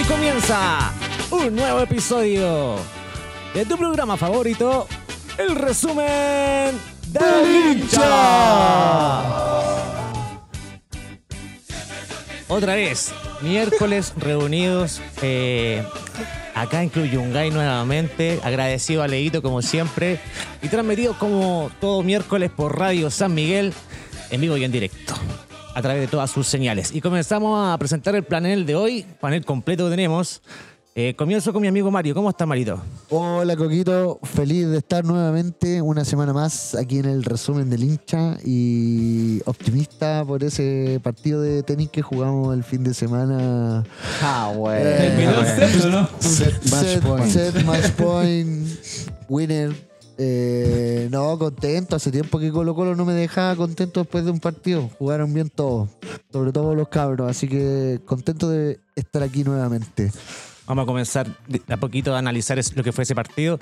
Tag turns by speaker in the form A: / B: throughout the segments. A: Y comienza un nuevo episodio de tu programa favorito, el resumen del hincha. Otra vez, miércoles reunidos eh, acá en Club Yungay nuevamente, agradecido a Leito como siempre y transmitido como todo miércoles por Radio San Miguel en vivo y en directo a través de todas sus señales. Y comenzamos a presentar el panel de hoy, panel completo que tenemos. Eh, comienzo con mi amigo Mario. ¿Cómo está, Marito?
B: Hola Coquito, feliz de estar nuevamente una semana más aquí en el resumen del hincha y optimista por ese partido de tenis que jugamos el fin de semana.
C: Ah, güey.
B: Eh,
D: Terminó el sexto, ¿no?
B: Set,
C: match
B: set-
C: point.
B: set match point, winner. Eh, no, contento. Hace tiempo que Colo Colo no me dejaba contento después de un partido. Jugaron bien todos, sobre todo los cabros. Así que contento de estar aquí nuevamente.
A: Vamos a comenzar de a poquito a analizar es- lo que fue ese partido.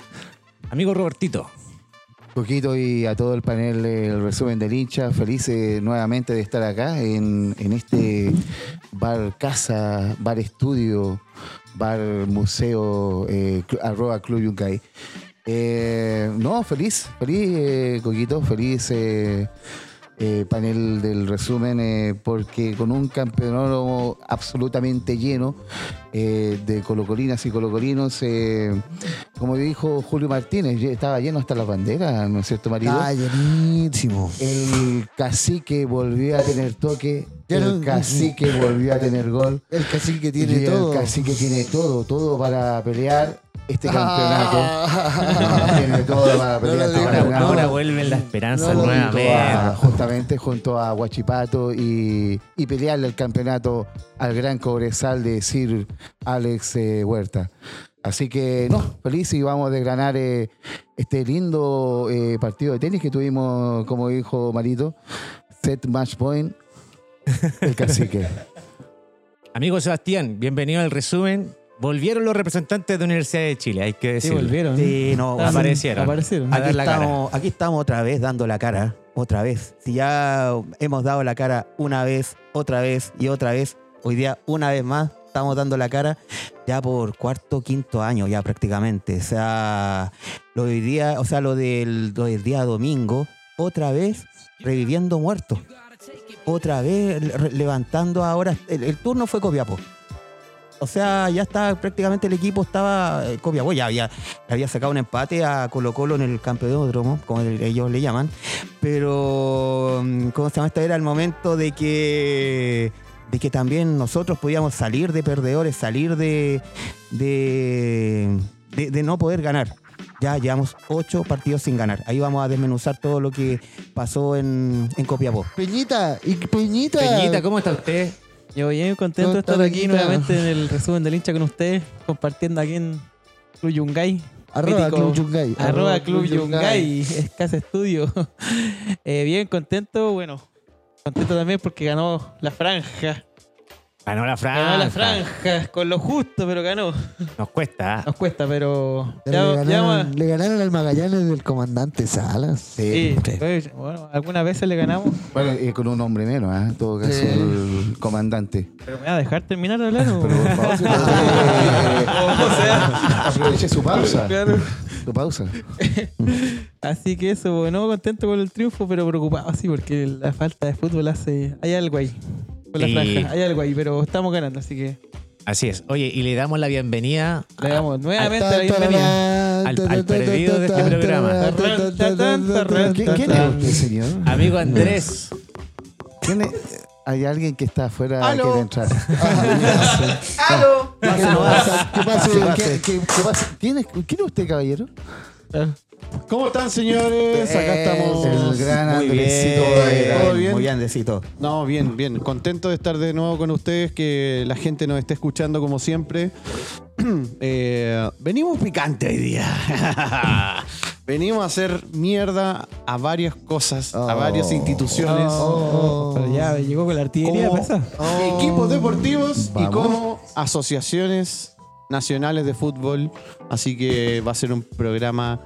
A: Amigo Robertito,
C: Coquito y a todo el panel el resumen del hincha, feliz eh, nuevamente de estar acá en, en este bar casa, bar estudio, bar museo, eh, cl- arroba club Yungay. Eh, no, feliz, feliz eh, Coquito, feliz eh, eh, panel del resumen eh, porque con un campeonato absolutamente lleno eh, de colocolinas y colocolinos, eh, como dijo Julio Martínez, ya estaba lleno hasta las banderas, ¿no es cierto, marido?
B: Ah, llenísimo.
C: El cacique volvió a tener toque,
B: Ya
C: el
B: no-
C: cacique volvió a tener gol.
B: El cacique que tiene
C: y
B: todo.
C: El cacique tiene todo, todo para pelear este campeonato.
B: Ah.
C: tiene todo para
B: No
C: pelear
B: lo
C: este
B: digas.
A: ahora,
C: campeonato.
A: ahora vuelven las esperanzas
B: No,
C: Junto a-
A: nuevamente.
C: justamente junto a Huachipato y, y pelearle el campeonato al gran cobresal de Sir Alex eh, Huerta. Así que, no, feliz y vamos a desgranar eh, este lindo eh, partido de tenis que tuvimos, como dijo Marito, set match point, el cacique.
A: Amigo Sebastián, bienvenido al resumen. Volvieron los representantes de Universidad de Chile, hay que
D: Sí,
A: decirlo.
D: volvieron.
E: Sí, no,
D: Estaban-
A: aparecieron.
D: Aparecieron.
A: A
E: Aquí
A: dar la
E: estamos, aquí estamos otra vez dando la cara, otra vez. Si ya hemos dado la cara una vez, otra vez y otra vez, hoy día una vez más estamos dando la cara ya por cuarto, quinto año ya prácticamente. O sea, lo de hoy día, o sea, lo del, lo del día domingo, otra vez reviviendo muertos. Otra vez le- levantando ahora. El, el turno fue Copiapó. O sea, ya está prácticamente el equipo estaba eh, Copiapó, ya había le había sacado un empate a Colo Colo en el campeonato, como el- ellos le llaman. Pero, mm, ¿cómo se llama? Este era el momento de que, de que también nosotros podíamos salir de perdedores, salir de, de, de- de no poder ganar. Ya llevamos ocho partidos sin ganar. Ahí vamos a desmenuzar todo lo que pasó en, en Copiapó.
B: Peñita, y Peñita.
A: Peñita, ¿cómo está usted?
D: Yo bien contento de
B: ¿Cómo
D: estar
B: están
D: aquí
B: aquí,
D: nuevamente en el resumen del hincha con ustedes, compartiendo aquí en Club Yungay.
B: Arroba
D: Mítico.
B: Club Yungay.
D: Arroba Club Yungay, es casa estudio. Eh, bien contento, bueno, contento también porque ganó la franja.
A: Ganó la
D: Ganó
A: franja.
D: la franja, con lo justo, pero ganó.
A: Nos cuesta. ¿ah?
D: Nos cuesta, pero...
B: Le,
D: ya- ya vamos a-
B: ganaron, le ganaron al Magallanes del comandante Salas.
D: Sí,
E: Sí.
D: pues, bueno, algunas veces le ganamos,
C: Bueno, eh, con un hombre menos, ¿eh? en todo caso,
B: Sí.
C: el comandante.
D: pero me va a dejar terminar de hablar. ¿o?
C: Pero por favor,
D: O sea.
C: aproveche su pausa.
D: Claro.
C: Su pausa.
D: Así que eso, bueno, contento con el triunfo, pero preocupado, sí, porque la falta de fútbol hace. Hay algo ahí. Con la
A: Sí.
D: franja, hay algo ahí, pero estamos ganando, así que
A: Así es. Oye, y le damos la bienvenida
D: le damos nuevamente la
B: Ta, ta,
D: bienvenida.
B: ta, ta,
A: Al-
B: ta,
A: al
B: ta,
A: perdido de este
B: ta, ta,
A: programa.
B: ta, ta, ta, ta, ta,
C: ¿Quién, quién es usted, señor?
A: a amigo Andrés.
C: ¿Quién es? Hay alguien que está afuera que quiere entrar.
B: ¿Qué pasa? ¿Qué pasa?
C: ¿Qué
B: ¿Qué-
C: pasa? ¿Qué- qué pasa? ¿Quién es, quién es usted, caballero?
F: ¿Cómo están, señores? Acá
B: Eh,
C: El
F: estamos.
C: gran
E: Muy
C: Andresito
F: ¿Todo
C: Valera.
F: bien?
E: Muy bien, Decito.
F: No, bien, bien. Contento de estar de nuevo con ustedes, que la gente nos esté escuchando como siempre. Eh, venimos picante hoy día. venimos a hacer mierda a varias cosas, a varias instituciones,
D: Oh. Pero ya llegó con la artillería,
F: como
D: pesa.
F: equipos deportivos y
C: Vamos.
F: como asociaciones nacionales de fútbol. Así que va a ser un programa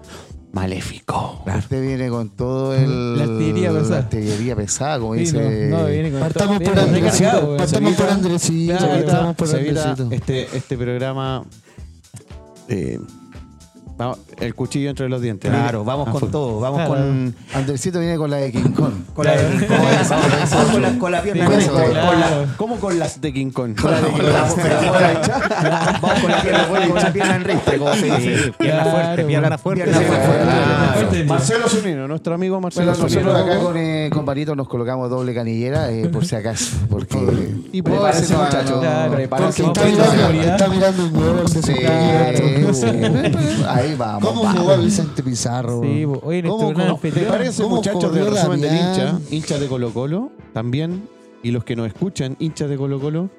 F: maléfico.
C: Usted viene con todo el.
D: La artillería pesada.
C: La artillería pesada, como
D: Sí,
C: dice.
D: no, no, viene con
B: Partamos
D: todo-
B: por
D: viene pues, recargado,
B: Andresito.
D: weón.
B: Partamos por
F: Sevilla.
B: Andresito.
D: Claro,
B: Partamos por
F: Se evita
B: Andresito.
F: este, este programa. eh, vamos, el cuchillo entre los dientes.
E: Claro, vamos
F: Ah,
E: con
F: full.
E: todo, vamos
D: Claro.
E: con,
C: Andresito viene con la de King Kong.
D: Ah,
E: con la, con la- con la- con la pierna
C: Con
E: puesta.
C: eso,
E: Con la-
F: ¿Cómo con las de King Kong?
E: Vamos con la pierna puesta, con la pierna en ristre, como se dice.
A: Sí, pierna
D: Claro,
A: fuerte, pierna
D: bueno.
A: fuerte.
E: Pierna
A: Sí,
E: fuerte.
A: bueno.
F: Claro.
D: Fuerte.
F: Marcelo Zunino, nuestro amigo Marcelo
C: Bueno, nosotros acá
F: Zunino.
C: con, eh, con Patito nos colocamos doble canillera, eh, por si acaso, porque...
F: Y prepárese,
C: Prepárese,
F: muchacho.
D: Claro,
F: Prepárese,
D: porque
B: Está
F: muchacho.
D: Vamos,
B: mirando,
D: seguridad.
B: está mirando un nuevo
C: Sí, eh, ahí vamos.
B: ¿Cómo jugó Vicente Pizarro?
D: Sí, bo- oye, nuestro
F: ¿Cómo,
D: gran
F: cómo? ¿Te
D: anfitrión.
F: parece,
B: ¿Cómo
F: muchachos, de
B: corrió
F: resumen del hincha?
B: Damián?
F: Hinchas de Colo Colo también. Y los que nos escuchan, hinchas de Colo Colo.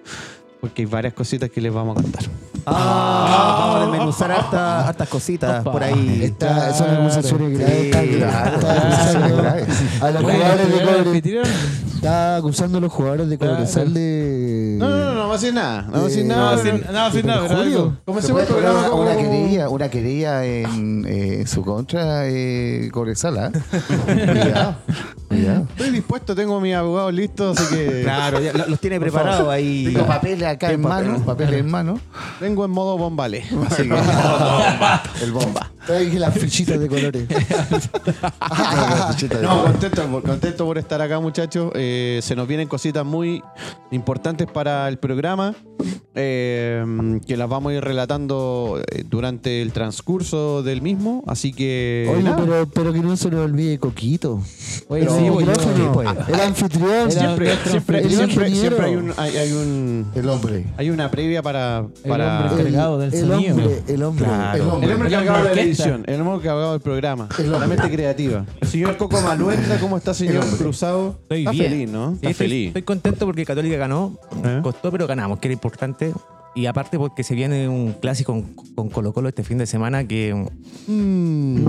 F: Porque hay varias cositas que les vamos a contar.
E: Ah, vamos a desmenuzar harta- hartas cositas por
A: Este-
E: ahí.
B: Está, son acusaciones graves. está-
C: claro,
B: está
C: claro,
B: acusando
C: son graves.
B: A los jugadores
D: Bueno,
B: de
D: nuestro gran
B: cobre.
D: anfitrión.
B: Está acusando a los jugadores de
D: Claro.
B: cobrezarle.
F: No, no, no, no vamos a decir nada. No vamos a decir
B: Eh,
D: No,
F: nada.
D: sin
F: pero-
D: nada, sin nada, pero algo.
F: Comencemos
C: Una,
F: el programa
C: una,
F: como-
C: una querella, una querella en eh, su contra, eh, Cobresala. Cuidado, cuidado.
F: Estoy dispuesto, tengo a mis abogados listos, así que
E: Claro, ya lo- los tiene preparados ahí.
C: Tengo papeles acá en mano, papeles en mano.
F: vengo en modo bombale.
C: Así que-
F: El bomba.
B: Trae las fichitas de colores.
F: Ah. No, contento, por- contento por estar acá, muchachos. Eh, se nos vienen cositas muy importantes para el programa, eh, que las vamos a ir relatando eh, durante el transcurso del mismo. Así que.
B: Oye,
F: nada.
B: pero, pero que no se nos olvide Coquito.
D: Oye,
B: Pero
D: sí, pues, bo, yo-
B: micrófono, el anfitrión.
F: siempre,
D: nuestro
F: siempre,
B: ingeniero.
F: siempre- siempre hay, un, hay, hay un-
C: El hombre.
F: hay una previa para.
D: El
F: para-
D: hombre. Encargado del sonido.
B: hombre, el hombre.
E: Claro.
B: El
F: El
B: hombre.
F: hombre
D: El
F: encargado de
D: hombre orquesta.
F: la edición, el hombre encargado del programa, la mente creativa. El señor Coco Maluenda, ¿cómo está, señor Cruzado?
A: Estoy
F: está
A: bien.
F: feliz, ¿no?
A: Sí,
F: Está
A: estoy,
F: feliz.
A: estoy contento porque Católica ganó.
F: ¿Eh?
A: Costó, pero ganamos, que era importante. Y aparte porque se viene un clásico con- con Colo Colo este fin de semana que
F: Mm.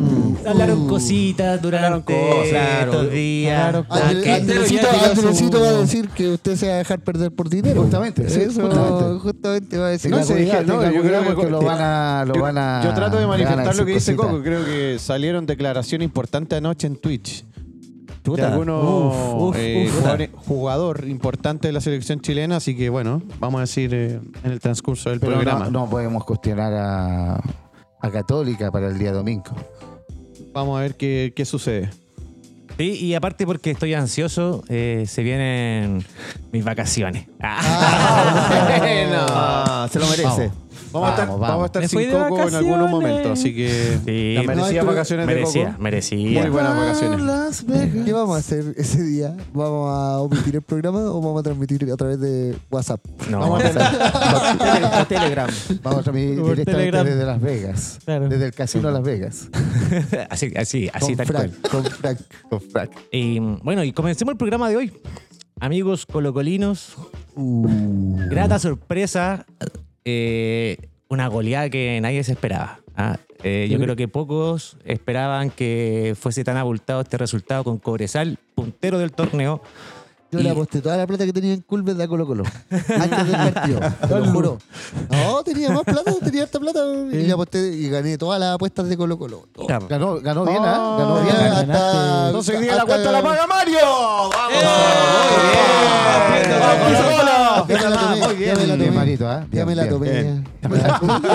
A: hablaron cositas durante
E: Hablaron cosas, claro.
A: estos días.
D: Hablaron
A: Ah,
B: Andre-
A: que-
D: Andrés- Andrés-
B: Andresito,
D: ya tiró su-
B: Andresito va a decir que usted se va a dejar perder por dinero.
C: Justamente, sí,
B: Eso,
C: justamente.
B: justamente, va a decir.
F: No
C: No,
B: la
F: sé,
C: se
B: cuidad,
F: dije, no,
B: tenga
F: yo
B: cuidado.
F: creo que
C: porque lo van a. Lo
F: yo,
C: van a
F: yo trato de
C: le van a
F: manifestar
C: decir
F: lo que dice
C: cositas.
F: Coco. Creo que salieron declaraciones importantes anoche en Twitch. De
E: Chuta.
F: alguno
E: Uf, uf,
F: eh,
E: uf.
F: jugador, jugador importante de la selección chilena, así que bueno, vamos a decir eh, en el transcurso del
C: Pero
F: programa.
C: no, no podemos cuestionar a, a Católica para el día domingo.
F: Vamos a ver qué, qué sucede.
A: Sí, y aparte porque estoy ansioso, eh, se vienen mis vacaciones.
F: Ah.
E: Ah, se lo merece.
F: Vamos, a estar,
C: Vamos, vamos.
F: vamos a estar
D: Me fui
F: sin
D: de
F: Coco en algunos
D: vacaciones.
F: momentos, así que
A: Sí,
F: las merecidas
B: no, tú-
F: vacaciones de
A: merecía,
F: Coco. Muy
A: merecía.
F: buenas vacaciones.
C: Las Vegas.
B: ¿Qué vamos a hacer ese día? ¿Vamos a omitir el programa o vamos a transmitir a través de WhatsApp?
A: No,
C: Vamos a pasar.
E: Telegram, Telegram.
C: Vamos a transmitir
D: Por
C: directamente
D: Telegram.
C: desde Las Vegas.
D: Claro.
C: Desde el casino de Las Vegas.
A: así, así, así
B: Con
A: tal cual.
B: Frank, con Frank.
C: Con Frank.
A: Y, Em, bueno, y comencemos el programa de hoy. Amigos colocolinos, grata sorpresa, eh, una goleada que nadie se esperaba. Ah, eh, yo creo que pocos esperaban que fuese tan abultado este resultado con Cobresal, puntero del torneo.
B: Yo
A: Y-
B: le aposté pues, toda la plata que tenía en Culver de Colo Colo. Antes del partido. Te lo juro. No, tenía más plata, tenía esta plata. Y le aposté y gané todas las apuestas de Colo Colo.
A: Claro.
C: Ganó, ganó bien, ¿ah? Ganó
B: Todavía
C: bien.
D: ganaste.
B: hasta-
F: Entonces hoy día la
B: hasta-
F: cuenta la paga Mario. ¡Vamos!
B: Muy
F: ¡Bien!
B: bien.
F: ¡Vamos,
B: Bien.
F: Colo Colo!
B: Ya me la tomé,
C: Muy bien,
B: ya me la tomé.
C: bien, Marito, ¿ah?
B: Ya
C: Bien,
B: me la
C: bien.
B: tomé.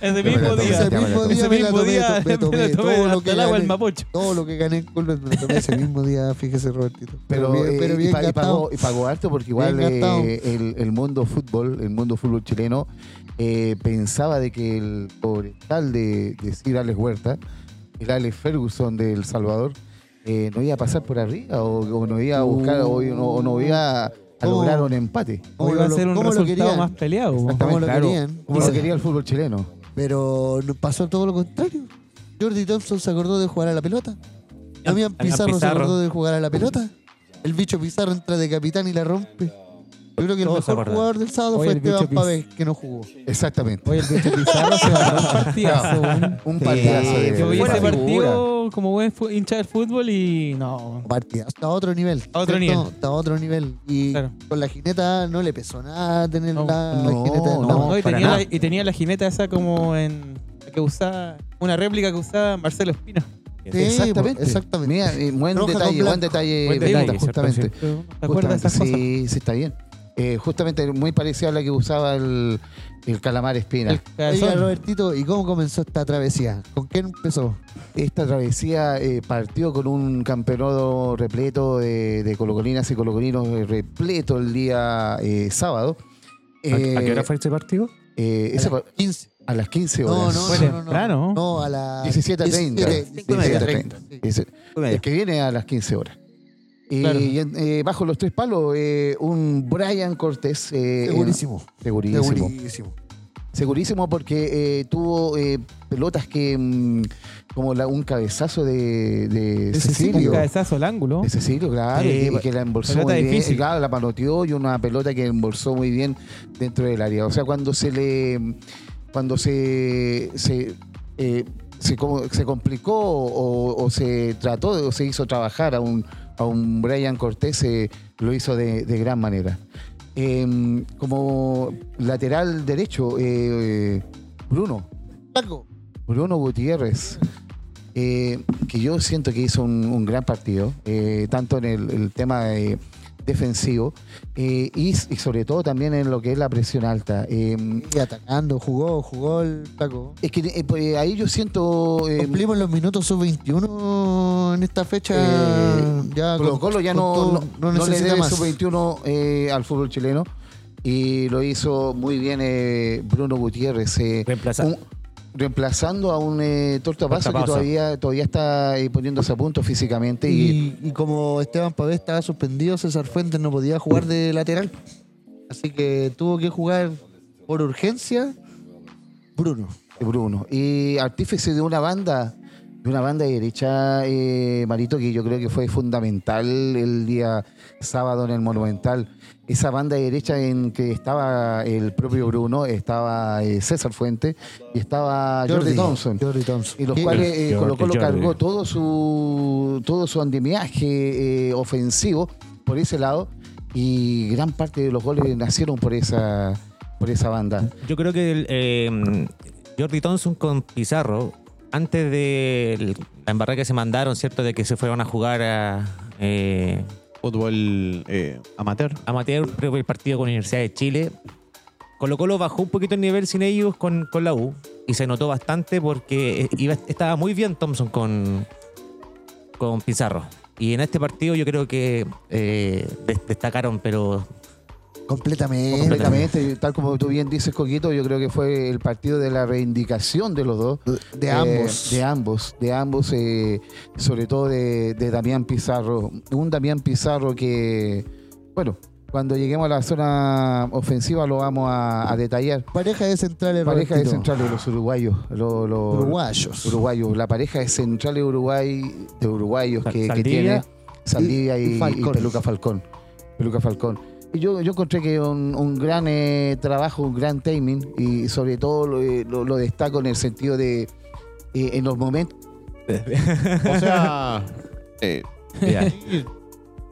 D: Ese mismo
C: tomé.
D: día.
B: Ese mismo día
D: Ese
B: me la
D: mismo
B: tomé,
D: día
B: me
D: me
B: tomé
D: la tomé
B: todo lo
D: hasta
B: que
D: el agua
B: gané.
D: del Mapocho.
B: Todo lo que gané en Culver me lo tomé ese mismo día, fíjese Robertito.
C: Pero, eh,
B: pero
C: y,
B: bien
C: pa- y
B: gastado.
C: pagó, y pagó harto porque igual
B: Bien gastado.
C: eh, el, el mundo fútbol, el mundo fútbol chileno, eh, pensaba de que el pobre tal de, de Sir Alex Huerta, el Alex Ferguson de El Salvador, eh, no iba a pasar por arriba o, o no iba a buscar o, no, o no iba a
B: ¿Cómo?
C: lograr un empate.
B: ¿Cómo
D: Iba a
B: lo-
D: ser un
B: cómo lo
D: resultado
B: querían?
D: más peleado. bo.
B: Como lo
C: Claro,
B: querían.
C: como lo
B: Dice-
C: quería el fútbol chileno.
B: Pero no- pasó todo lo contrario. Jordi Thompson se acordó de jugar a la pelota.
A: Damián
B: Damián Pizarro, se
A: Pizarro.
B: acordó de jugar a la pelota. El bicho Pizarro entra de capitán y la rompe. Yo creo que el
A: Todos se
B: mejor
A: acordaron.
B: jugador del sábado
D: Oye,
B: fue
D: el bicho
B: Esteban
D: Piz-
B: Pavés, que no jugó.
C: Exactamente.
D: Oye, el bicho Pizarro se agarró un partidazo, weón.
C: Un
E: Sí,
C: partidazo. de-
D: Yo
C: Eh,
D: vi
C: de
D: ese
C: figura.
D: partido como buen fu- hincha del fútbol y no.
B: Partida. Está a otro nivel.
D: A
B: ¿cierto?
D: otro nivel.
B: Está a otro nivel. Y
D: Claro.
B: con la jineta no le pesó nada tener
D: No,
B: la
C: no,
B: jineta.
C: no.
D: No, y,
C: para
D: tenía
C: nada.
D: la, y tenía la jineta esa como en. la que usaba. una réplica que usaba Marcelo Espina.
B: Sí,
C: exactamente.
B: exactamente.
C: Mira, eh, buen,
B: Roja con
C: detalle, buen
B: blanco.
C: detalle,
A: Buen
C: Blanca,
A: detalle, ¿cierto?
C: justamente.
A: Sí.
D: ¿Te acuerdas de esas
C: Justamente,
D: cosas?
C: Sí, sí, está bien. Eh, justamente muy parecida a la que usaba el, el calamar espina.
D: El
B: Oiga,
D: cabezón.
B: Robertito, ¿y cómo comenzó esta travesía? ¿Con quién empezó?
C: Esta travesía eh, partió con un campeonato repleto de, de colocolinas y colocolinos, eh, repleto el día eh, sábado.
A: ¿A, a qué hora
C: Eh,
A: fue este partido?
C: eh,
B: A
C: ese
B: las
C: pa-
B: 15.
C: a las 15
B: No,
C: horas.
B: no,
D: Fue
B: no, no,
D: temprano.
B: No, no, a las
C: 17.30.
B: 17,
C: 17.30.
B: 17.
C: Ese- El que viene a las 15 horas. Y,
D: Claro.
C: y en- eh, bajo los tres palos, eh, un Brian Cortés. eh,
B: Segurísimo.
C: en- segurísimo.
B: Segurísimo.
C: Segurísimo porque eh, tuvo eh, pelotas que. mm, como la- un cabezazo de, de
D: Un
C: Cecilio.
D: cabezazo al ángulo.
C: De Cecilio, claro.
D: Sí,
C: y que- y
D: pe-
C: que la embolsó
D: Eh, pelota
C: muy bien.
D: difícil.
C: Claro, la panoteó y una pelota que embolsó muy bien dentro del área. O sea, cuando se le. Cuando se. se eh, se, como- se complicó o, o se trató de- o se hizo trabajar a un, a un Brian Cortés, eh, lo hizo de, de gran manera. Eh, como lateral derecho, eh, eh, Bruno,
B: Blanco.
C: Bruno Gutiérrez, eh, que yo siento que hizo un, un gran partido, eh, tanto en el, el tema de- defensivo eh, y, y sobre todo también en lo que es la presión alta. Eh,
B: Y atacando, jugó, jugó el taco.
C: es que eh, pues, ahí yo siento... eh,
B: Cumplimos los minutos sub-21 en esta fecha.
C: Eh,
B: ya
C: Colo
B: con-
C: Colo ya
B: con todo,
C: no, no, no le
B: necesita
C: debe
B: más.
C: sub-21 eh, al fútbol chileno y lo hizo muy bien eh, Bruno Gutiérrez. eh,
A: Reemplazar.
C: un- reemplazando a un eh, Torta Paso que
A: Torta Paso.
C: todavía, todavía está eh, poniéndose a punto físicamente y
B: Y, y como Esteban Pavé estaba suspendido, César Fuentes no podía jugar de lateral. Así que tuvo que jugar por urgencia Bruno.
C: de Bruno. Y artífice de una banda, de una banda de derecha, eh, Marito, que yo creo que fue fundamental el día sábado en el Monumental. Esa banda de derecha en que estaba el propio Bruno, estaba eh, César Fuente y estaba Jordi, Thompson.
B: Jordi Thompson.
C: Y los
B: Que-
C: cuales eh,
A: Jordi,
C: Colo Colo
A: Jordi.
C: cargó todo su todo su andamiaje eh, ofensivo por ese lado y gran parte de los goles nacieron por esa por esa banda.
A: Yo creo que el, eh, Jordi Thompson con Pizarro, antes de el- la embarrada que se mandaron, ¿cierto? De que se fueron a jugar a eh,
F: Fútbol eh, amateur.
A: amateur, creo que el partido con la Universidad de Chile, Colo Colo bajó un poquito el nivel sin ellos con, con la U y se notó bastante porque eh, iba- estaba muy bien Thompson con, con Pizarro. Y en este partido yo creo que eh, des- destacaron, pero
B: Completamente.
C: Completamente, tal como tú bien dices, Coquito, yo creo que fue el partido de la reivindicación de los dos.
B: De
C: Eh,
B: ambos.
C: De ambos, de ambos, eh, sobre todo de, de Damián Pizarro. Un Damián Pizarro que, bueno, cuando lleguemos a la zona ofensiva lo vamos a, a detallar.
B: Pareja de centrales.
C: Pareja de
B: Robertito.
C: centrales, los uruguayos. Los, los-
B: Uruguayos.
C: uruguayos, la pareja de centrales Uruguay, de uruguayos
A: Sal-
C: que, que
A: Saldivia.
C: tiene Saldivia
B: Y-
C: y,
B: y Falcón.
C: y Peluca Falcón. Peluca Falcón. Y yo, yo encontré que un, un gran eh, trabajo, un gran timing y sobre todo lo, eh, lo- lo destaco en el sentido de eh, en los momentos.
F: O sea. eh,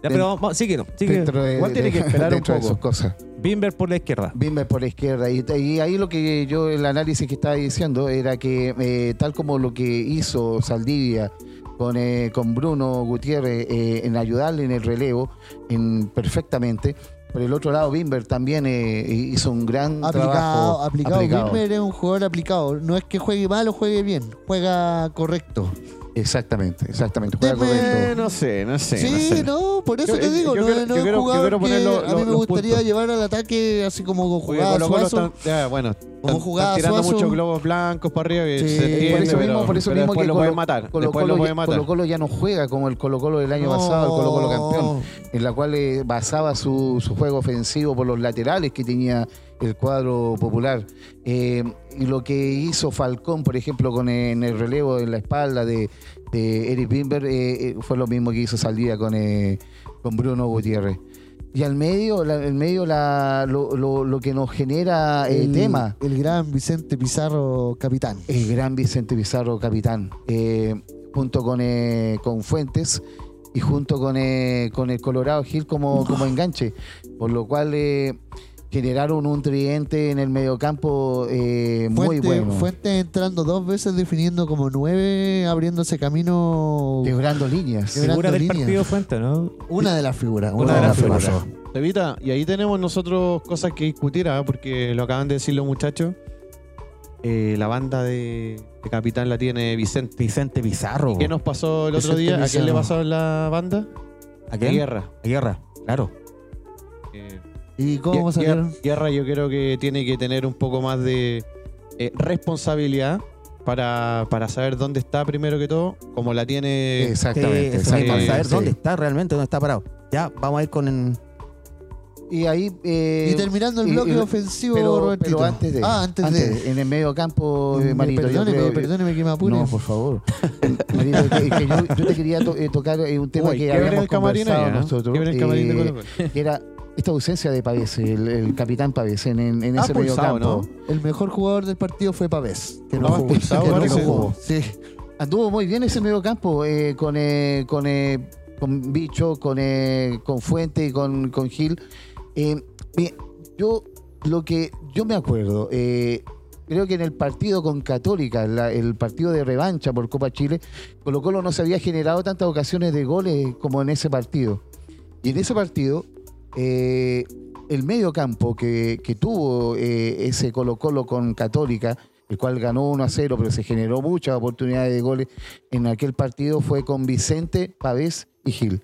A: Ya, pero vamos, sí quiero, sí quiero.
C: dentro de-
F: Igual tiene
C: de-
F: que esperar un
C: dentro de
F: poco.
C: sus cosas.
A: Bimber por la izquierda.
C: Bimber por la izquierda. Y, y ahí lo que yo, el análisis que estaba diciendo era que eh, tal como lo que hizo Saldivia con, eh, con Bruno Gutiérrez eh, en ayudarle en el relevo en, perfectamente, por el otro lado Bimber también eh, hizo un gran
B: Aplicado,
C: trabajo.
B: aplicado. Wilmer es un jugador aplicado. No es que juegue mal o juegue bien, juega correcto.
C: Exactamente, exactamente. Juega
B: Deme-
F: eh,
C: correcto.
F: no sé, no sé.
B: Sí,
F: no sé.
B: no, por eso
F: Yo-
B: te
F: yo-
B: digo,
F: yo
B: no,
F: quiero-
B: no
F: yo
B: es
F: quiero- yo
B: jugador
F: quiero poner
B: que
F: lo-
B: a mí
F: lo-
B: me
F: los
B: gustaría
F: puntos.
B: llevar al ataque así como con
F: Porque
B: jugada
F: Colo Colo
B: Suazo.
F: están- ya, bueno, están-
B: Como jugada
F: están tirando
B: Suazo.
F: muchos globos blancos para arriba y
B: Sí,
F: se
B: por
F: entiende,
C: Por eso
F: pero-
C: mismo, por eso
F: pero
C: mismo
F: después
C: que
F: lo
C: Colo-
F: pueden matar.
C: Colo
F: después lo
C: Colo,
F: pueden
C: ya,
F: matar.
C: Colo Colo ya no juega como el Colo Colo del
B: No.
C: año pasado, el Colo Colo campeón, en la cual eh, basaba su, su juego ofensivo por los laterales que tenía el cuadro popular. Eh, y lo que hizo Falcón, por ejemplo, con en el relevo en la espalda de, de Eric Bimber, eh, eh, fue lo mismo que hizo Saldía con, eh, con Bruno Gutiérrez. Y al medio, la- el medio la- lo, lo- lo que nos genera eh,
B: el
C: tema.
B: El gran Vicente Pizarro, capitán.
C: El gran Vicente Pizarro, capitán, eh, junto con, eh, con Fuentes y junto con, eh, con el Colorado Gil como, como enganche. Por lo cual eh, generaron un tridente en el mediocampo eh, muy
B: Fuente,
C: bueno.
B: Fuente entrando dos veces, definiendo como nueve, abriéndose camino.
C: Quebrando líneas.
B: Quebrando
A: Figura del
B: líneas.
A: partido Fuente, ¿no?
B: Una de las figuras.
A: Una de las figuras.
F: Evita, y ahí tenemos nosotros cosas que discutir, ¿ah? porque lo acaban de decir los muchachos. Eh, la banda de, de Capitán la tiene Vicente.
E: Vicente Pizarro.
F: ¿Qué nos pasó el otro
B: Vicente
F: día? ¿A quién le
B: Pizarro.
F: pasó en la banda?
E: ¿A
F: La
E: quién?
F: Guerra.
E: A Guerra, claro.
F: Eh,
B: ¿Y cómo
F: Guer-
B: salieron?
F: Guer- Guerra yo creo que tiene que tener un poco más de eh, responsabilidad para, para saber dónde está primero que todo, como la tiene...
C: Exactamente.
E: Sí, eso mismo,
F: exactamente,
E: saber
C: sí.
E: dónde está realmente, dónde está parado. Ya, vamos a ir con... el-
C: Y ahí. eh,
B: Y terminando el
C: y-
B: bloque
C: y-
B: ofensivo,
C: pero,
B: Robertito.
C: pero antes de.
B: Ah, antes, de.
C: En el mediocampo, eh, Marito. yo
B: perdóneme,
C: creo-
B: perdóneme que me apure.
C: No, por favor. Marito, es que- es que yo, yo te quería to- eh, tocar eh, un tema
F: Uy,
C: que
F: qué abre
C: habíamos
F: el camarín
C: conversado
F: allá, ¿eh?
C: nosotros.
F: Qué abre el camarín de
C: eh,
F: Colo Colo.
C: que era esta ausencia de Pavés, el, el capitán Pavés en, en, en
F: Ah,
C: ese
F: pulsado,
C: mediocampo.
B: El mejor jugador del partido fue Pavés. Que
F: No,
B: no, jugó.
F: expulsado,
B: que no
F: parece.
B: jugó. Sí.
C: Anduvo muy bien ese mediocampo eh, con, eh, con, eh, con Bicho, con, eh, con Fuente y con, con Gil. Eh, bien, yo lo que yo me acuerdo, eh, creo que en el partido con Católica, la- el partido de revancha por Copa Chile, Colo Colo no se había generado tantas ocasiones de goles como en ese partido. Y en ese partido, eh, el medio campo que, que tuvo eh, ese Colo Colo con Católica, el cual ganó 1 a 0, pero se generó muchas oportunidades de goles en aquel partido, fue con Vicente, Pavés y Gil.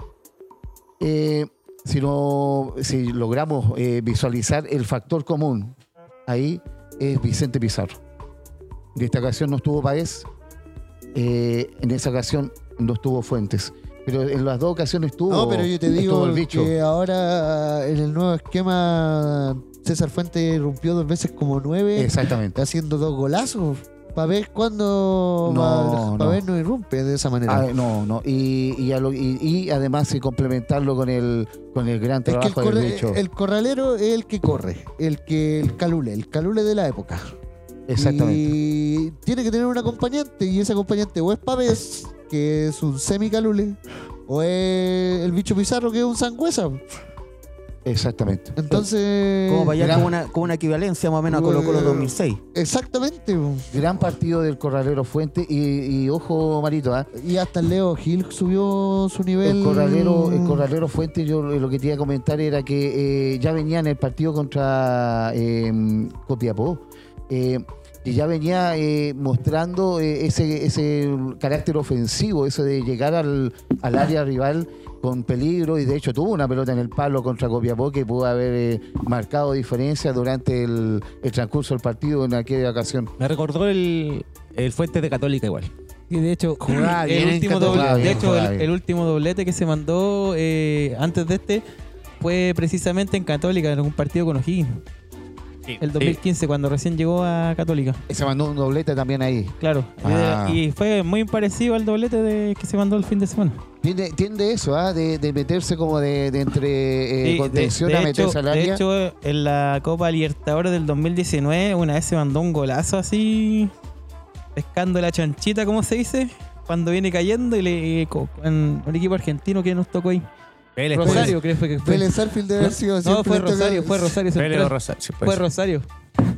C: Eh, si, no, si logramos eh, visualizar el factor común, ahí es Vicente Pizarro. De esta ocasión no estuvo Pavés, eh, en esa ocasión no estuvo Fuentes. Pero en las dos ocasiones estuvo.
B: No, pero yo te
C: estuvo
B: digo
C: el bicho.
B: que ahora en el nuevo esquema César Fuente rompió dos veces como nueve,
C: Exactamente.
B: haciendo dos golazos. Para ver cuándo
C: No,
B: va-
C: no.
B: Pavés no irrumpe de esa manera.
C: Ah, no, no. Y, y, a lo- y- y además sí, complementarlo con el, con el gran
B: es que
C: trabajo
B: el, corre-
C: del bicho.
B: el corralero es el que corre, el que el calule, el calule de la época.
C: Exactamente.
B: Y tiene que tener un acompañante, y ese acompañante o es Pavés, que es un semicalule, o es el bicho Pizarro, que es un sangüesa.
C: Exactamente.
B: Entonces. Eh,
E: Como para allá,
C: gran-
E: como una, como una equivalencia más o menos a Colo Colo 2006.
B: Exactamente. po.
C: Gran partido del Corralero Fuente. Y, y ojo, Marito, ¿ah?
B: Y hasta Leo Gil subió su nivel.
C: el, corralero, el Corralero Fuente, yo lo que te iba a comentar era que eh, ya venía en el partido contra eh, Copiapó. eh, y ya venía eh, mostrando eh, ese, ese carácter ofensivo, eso de llegar al, al área rival con peligro. Y de hecho tuvo una pelota en el palo contra Copiapó que pudo haber eh, marcado diferencia durante el, el transcurso del partido en aquella ocasión.
A: Me recordó el, el Fuente de Católica igual.
D: Y de hecho,
B: Jugaba bien
D: el
B: en
D: último,
B: Católica,
D: doble- de
C: bien,
D: hecho
C: jugaba
D: el,
C: bien.
D: el último doblete que se mandó eh, antes de este fue precisamente en Católica, en un partido con O'Higgins. El 2015, cuando recién llegó a Católica.
C: Se mandó un doblete también ahí.
D: Claro. Eh,
C: Ah.
D: Y fue muy parecido al doblete de, que se mandó el fin de semana.
C: Tiende, tiende eso, ¿ah? de, de meterse como de, de entre eh,
D: Sí, de-
C: contención
D: de
C: a meterse
D: hecho-
C: al área.
D: De hecho, en la Copa Libertadores del 2019, una vez se mandó un golazo así, pescando la chanchita, como se dice, cuando viene cayendo y le co- en un equipo argentino que nos tocó ahí.
A: Vélez, pues.
D: Rosario, creo fue que fue.
B: Vélez Sarsfield debe haber sido
D: no,
B: siempre
D: fue
B: este-
D: Rosario, fue Rosario
A: Vélez o
D: Central.
A: Rosario. sí,
D: Fue
A: pues.
D: Rosario.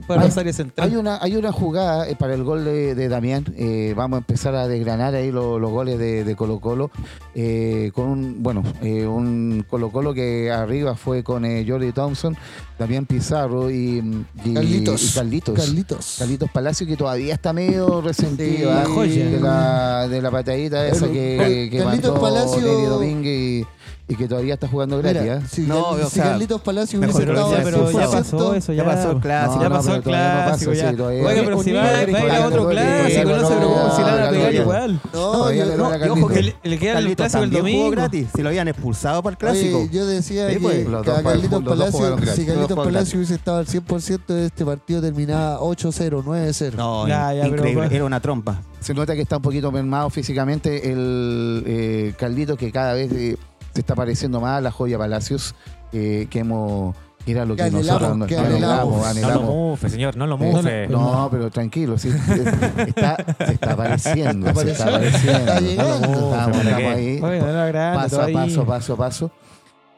D: Fue
C: Hay-
D: Rosario Central.
C: Hay una, hay una jugada eh, para el gol de, de Damián. eh, vamos a empezar a desgranar ahí lo- los goles de, de Colo Colo. eh, con un, bueno, eh, un Colo Colo que arriba fue con eh, Jordi Thompson, Damián Pizarro y, mm, y-
B: Carlitos.
C: y Carlitos.
B: Carlitos.
C: Carlitos Palacio que todavía está medio resentido
B: Sí.
C: ¿ah?
D: Joya.
C: de, la, de la patadita esa
B: El-
C: que,
B: el-
C: que
B: Carlitos
C: mandó
B: Palacio-
C: Denis Domínguez y, y que todavía está jugando gratis.
B: Mira,
C: ¿ah?
B: si,
E: No,
B: Carli-
E: o
B: si
E: sea,
B: Carlitos Palacio hubiese
E: mejor,
B: estado
E: pero ya-
B: al
E: pero ya
B: 100%,
D: pasó eso,
E: Ya pasó el clásico.
C: No,
D: Ya
C: no,
D: pasó el
C: pero todavía no
D: clásico,
C: pasa,
D: ya.
C: sí, todavía-
D: Oiga, pero si va
C: Unido,
D: va a ir a otro
C: Unido,
D: clásico,
C: Unido,
D: no se preocupe, si le van a pegar
C: Unido.
D: igual.
B: No,
C: Todavía
B: yo,
C: le duele a
E: y ojo
C: Carlitos.
E: que le,
D: Le queda el
E: Carlitos
D: clásico el
E: también jugó
D: domingo.
E: gratis. Si lo habían expulsado para el
B: oye,
E: clásico.
B: yo decía
E: Sí, pues,
B: que,
C: los
B: que
C: dos
B: a Carlitos
C: jugaron- los dos jugaron
B: Palacio,
C: gratis.
B: si
E: Los dos
B: Carlitos
E: jugaron
B: Palacio hubiese estado al 100%, este partido terminaba 8-0, 9-0.
E: No,
D: Ya, ya, pero
E: increíble.
D: fue-
E: Era una trompa.
C: Se nota que está un poquito mermado físicamente el eh, Carlitos, que cada vez eh, se está pareciendo más a la joya Palacios, eh, que hemos. que era lo que,
B: Que anhelamos,
C: nosotros
B: que
C: anhelamos.
B: anhelamos.
A: No lo
C: anhelamos.
A: mufe, señor, no lo
C: Eh,
A: mufe.
C: no, pero tranquilo, sí, está, se está apareciendo, se
B: Apareció.
C: está apareciendo.
B: Está llegando.
C: Estamos,
A: Pero
C: estamos
A: qué.
C: ahí.
D: Oiga, no era grande,
C: paso a
D: todavía.
C: paso, paso a paso.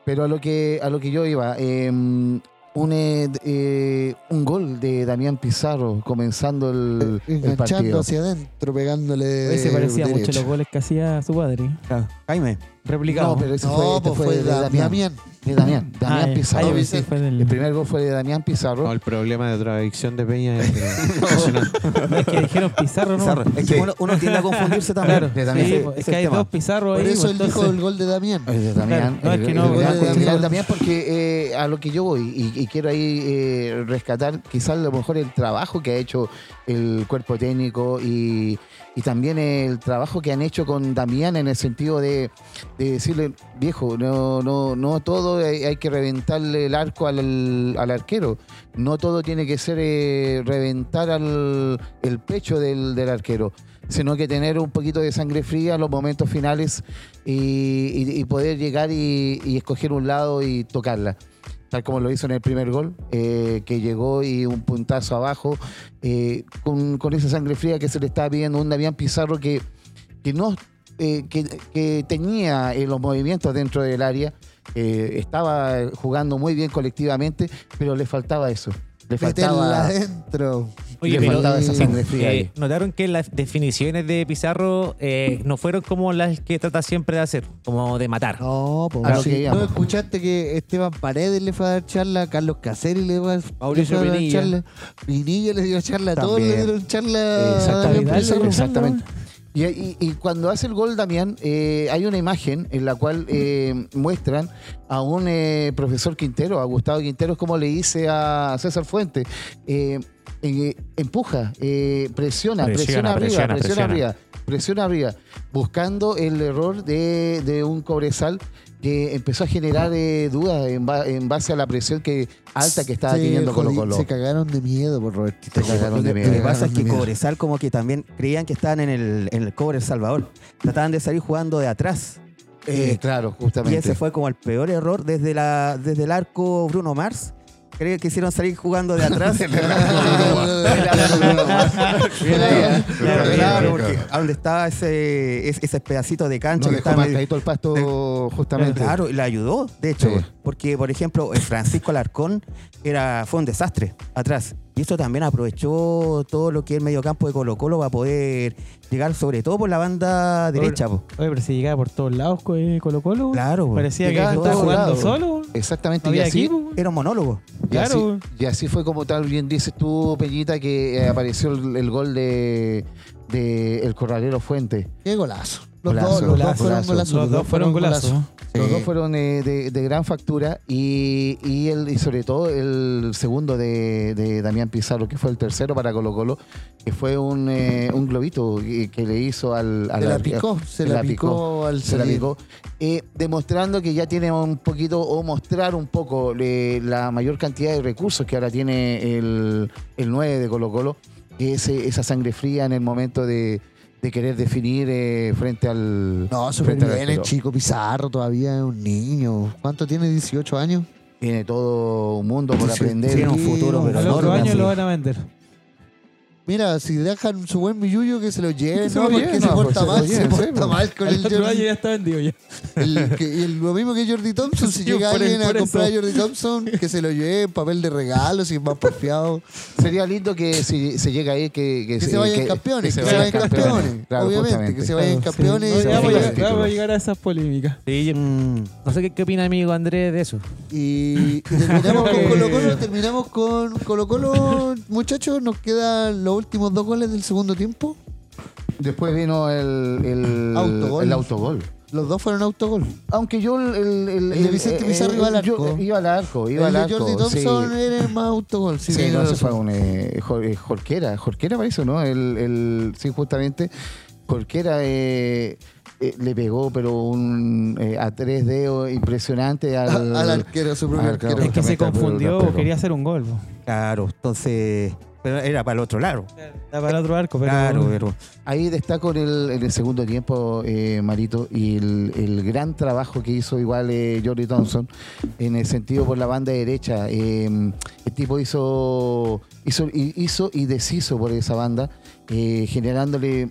C: Pero a lo que, a lo que yo iba, eh, un, eh, d- eh, un gol de Damián Pizarro comenzando el, el
B: Eh, enganchando
C: partido.
B: hacia adentro, pegándole.
D: Hoy se parecía
B: derecho.
D: mucho a los goles que hacía su padre.
E: Jaime.
D: Replicado.
C: No, pero ese fue,
B: No,
C: este
B: pues fue,
C: de Damián.
B: Damián. eh.
C: De Damián,
D: Ah,
C: Damián
D: ya.
C: Pizarro.
D: Ah, yo pensé que fue del-
C: El primer gol fue de Damián Pizarro.
F: No, el problema de tradicción de Peña es impresionante.
D: No, es que dijeron Pizarro, ¿no?
E: Pizarro. Es que uno, uno tiende a confundirse también.
D: Claro,
C: de Damián.
D: sí,
C: Ese-
D: pues, es
C: ese
D: que hay
C: tema.
D: dos Pizarro
B: Por
D: ahí.
B: eso
D: pues,
B: él dijo
D: entonces-
B: el gol de Damián.
C: El de Damián.
D: Claro, no,
C: el-
D: es que no,
C: el Damián,
B: el de
C: continuar
B: Damián.
C: Damián, porque eh, a lo que yo voy y, y quiero ahí eh, rescatar quizás a lo mejor el trabajo que ha hecho el cuerpo técnico y, y también el trabajo que han hecho con Damián en el sentido de, de decirle, viejo, no, no, no todo hay, hay que reventarle el arco al, al arquero. No todo tiene que ser eh, reventar al, el pecho del, del arquero sino que tener un poquito de sangre fría en los momentos finales y, y- y poder llegar y, y escoger un lado y tocarla. Tal como lo hizo en el primer gol, eh, que llegó y un puntazo abajo, eh, con, con esa sangre fría que se le estaba pidiendo a un Damián Pizarro que, que no eh, que, que tenía eh, los movimientos dentro del área, eh, estaba jugando muy bien colectivamente, pero le faltaba eso. Le
B: Meterla
C: faltaba,
B: adentro.
A: Oye,
C: le
A: pero-
C: faltaba esa sangre
A: Eh,
C: fría. ahí.
A: notaron que las definiciones de Pizarro eh, no fueron como las que trata siempre de hacer, como de matar.
B: No, pues,
C: A lo
B: sí.
C: que íbamos.
B: ¿No escuchaste que Esteban Paredes le fue a dar charla, Carlos Caseres le fue a,
D: Mauricio
B: le fue a dar
D: Pinilla.
B: charla, Pinilla le dio charla, todos
C: También.
B: le dieron charla Ah, a Damián
C: Exactamente.
D: Vidal le
B: Pizarro.
D: dio charla.
C: Exactamente. Y, y- y cuando hace el gol, Damián, eh, hay una imagen en la cual eh, muestran a un eh, profesor Quintero, a Gustavo Quintero, como le dice a César Fuente. eh, eh, empuja, eh, presiona,
A: Presiona,
C: presiona, arriba, presiona,
A: presiona, presiona.
C: arriba, presiona arriba, buscando el error de, de un cobresal que empezó a generar eh, dudas en, ba- en base a la presión que alta que estaba
B: Se
C: teniendo Colo
B: jodí-
C: Colo.
B: Se cagaron de miedo por Robertito.
C: Se cagaron de miedo.
E: Lo que pasa es
B: cagaron de
E: que
B: miedo.
E: Cobresal como que también creían que estaban en el, en el cobre El Salvador. Trataban de salir jugando de atrás.
C: Eh, claro, justamente.
E: Y ese fue como el peor error desde, la, desde el arco Bruno Mars. Creo que hicieron salir jugando de atrás. Claro, claro, porque a donde estaba ese, es- ese pedacito de
C: No
E: cancha que
C: dejó
E: estaba medio-
C: marcadito el pasto
B: Eh,
C: justamente.
E: Claro, y le ayudó, de hecho,
C: Sí.
E: porque por ejemplo, el Francisco Alarcón era, fue un desastre atrás. Y eso también aprovechó todo lo que es el mediocampo de Colo Colo para poder llegar, sobre todo por la banda derecha. po.
D: Oye, pero si llegaba por todos lados co- eh, Colo Colo.
E: Claro, po.
D: Parecía que
C: Llegaba
D: se
C: en
D: estaba
C: todos
D: jugando
C: lados.
D: solo.
C: Exactamente.
D: No
C: y,
D: había
C: así,
D: equipo.
E: era un monólogo.
C: y así-
D: Claro.
C: y así fue como tal bien dices tú, Peñita, que eh, apareció el, el gol de, de el Corralero Fuente.
B: Qué golazo. Los
C: Golazo,
B: dos, los dos
C: golazo.
B: fueron
D: Los
B: golazos.
D: dos, fueron golazos.
C: Los
B: Sí.
C: dos fueron eh, de, de gran factura y, y el, y sobre todo el segundo de, de Damián Pizarro, que fue el tercero para Colo Colo, que fue un, eh, un globito que, que le hizo al... al
B: Se la
C: arque-
B: picó, se la picó al
C: se la
B: salir.
C: picó, eh, demostrando que ya tiene un poquito o mostrar un poco eh, la mayor cantidad de recursos que ahora tiene el, el 9 de Colo Colo, que es eh, esa sangre fría en el momento de, de querer definir eh, frente al...
B: No, súper
C: frente al
B: bien el
C: arquero.
B: chico Pizarro, todavía es un niño. ¿Cuánto tiene? ¿18 años?
C: Tiene todo un mundo por
B: Sí,
C: aprender.
E: Tiene un futuro, pero
D: Al
E: no
D: otro
E: lo
D: año
E: así.
D: lo van a vender.
B: Mira, si dejan su buen billuyo que se lo lleven,
C: se
B: no,
C: lo
B: porque
C: lleven,
B: se
C: no,
B: porta
C: pues, se lo
B: mal, se
C: lleven, sí,
B: porta
C: pues.
B: mal con
D: Al
B: el
D: otro año
B: Jordi.
D: ya está vendido ya.
B: el que- y el- lo mismo que Jordi Thompson, si
D: Sí,
B: llega
D: por el-
B: alguien a
D: por eso.
B: comprar a Jordi Thompson, que se lo lleve en papel de regalo, si es más porfiado.
C: Sería lindo que si se llega ahí que,
B: Que se vayan campeones, que se vayan campeones.
C: Claro,
B: Obviamente,
C: justamente.
B: que se vayan
D: Claro, sí.
B: campeones.
D: No,
B: y-
D: ya vamos, a
C: vayan
D: llegar- ya
C: títulos.
D: vamos a llegar a esas polémicas.
A: Sí, yo-
E: Mm,
A: no sé qué, qué opina amigo Andrés de eso.
B: Y, y terminamos con
D: Eh.
B: Colo Colo, terminamos con Colo Colo, muchachos, nos quedan los últimos dos goles del segundo tiempo.
C: Después vino el, el
B: Autogol.
C: el autogol.
B: Los dos fueron autogol.
C: Aunque yo el, el,
B: El de Vicente Pizarro iba al
C: yo-
B: arco.
C: Iba al arco, iba
B: el
C: al
B: de
C: arco.
B: Jordi
C: sí.
B: Thompson era más autogol. Sí,
C: Sí,
B: tenés
C: no, ese
B: razón.
C: fue un eh, Jor- eh, Jorquera, Jorquera parece, ¿no? El, el, sí, justamente Jorquera eh, eh, le pegó, pero un eh, a 3D impresionante
B: A-
C: al,
B: al arquero, su propio
C: al- claro.
B: arquero.
D: Es que se
C: Justamente,
D: confundió,
C: pero-
D: quería hacer un gol. po.
E: claro, entonces. Pero era para el otro lado.
D: Era para el otro arco, pero.
E: Claro, pero.
C: Ahí destaco en el, en el segundo tiempo, eh, Marito, y el, el gran trabajo que hizo igual eh, Jordi Thompson en el sentido por la banda derecha. Eh, el tipo hizo, hizo, hi- hizo y deshizo por esa banda, eh, generándole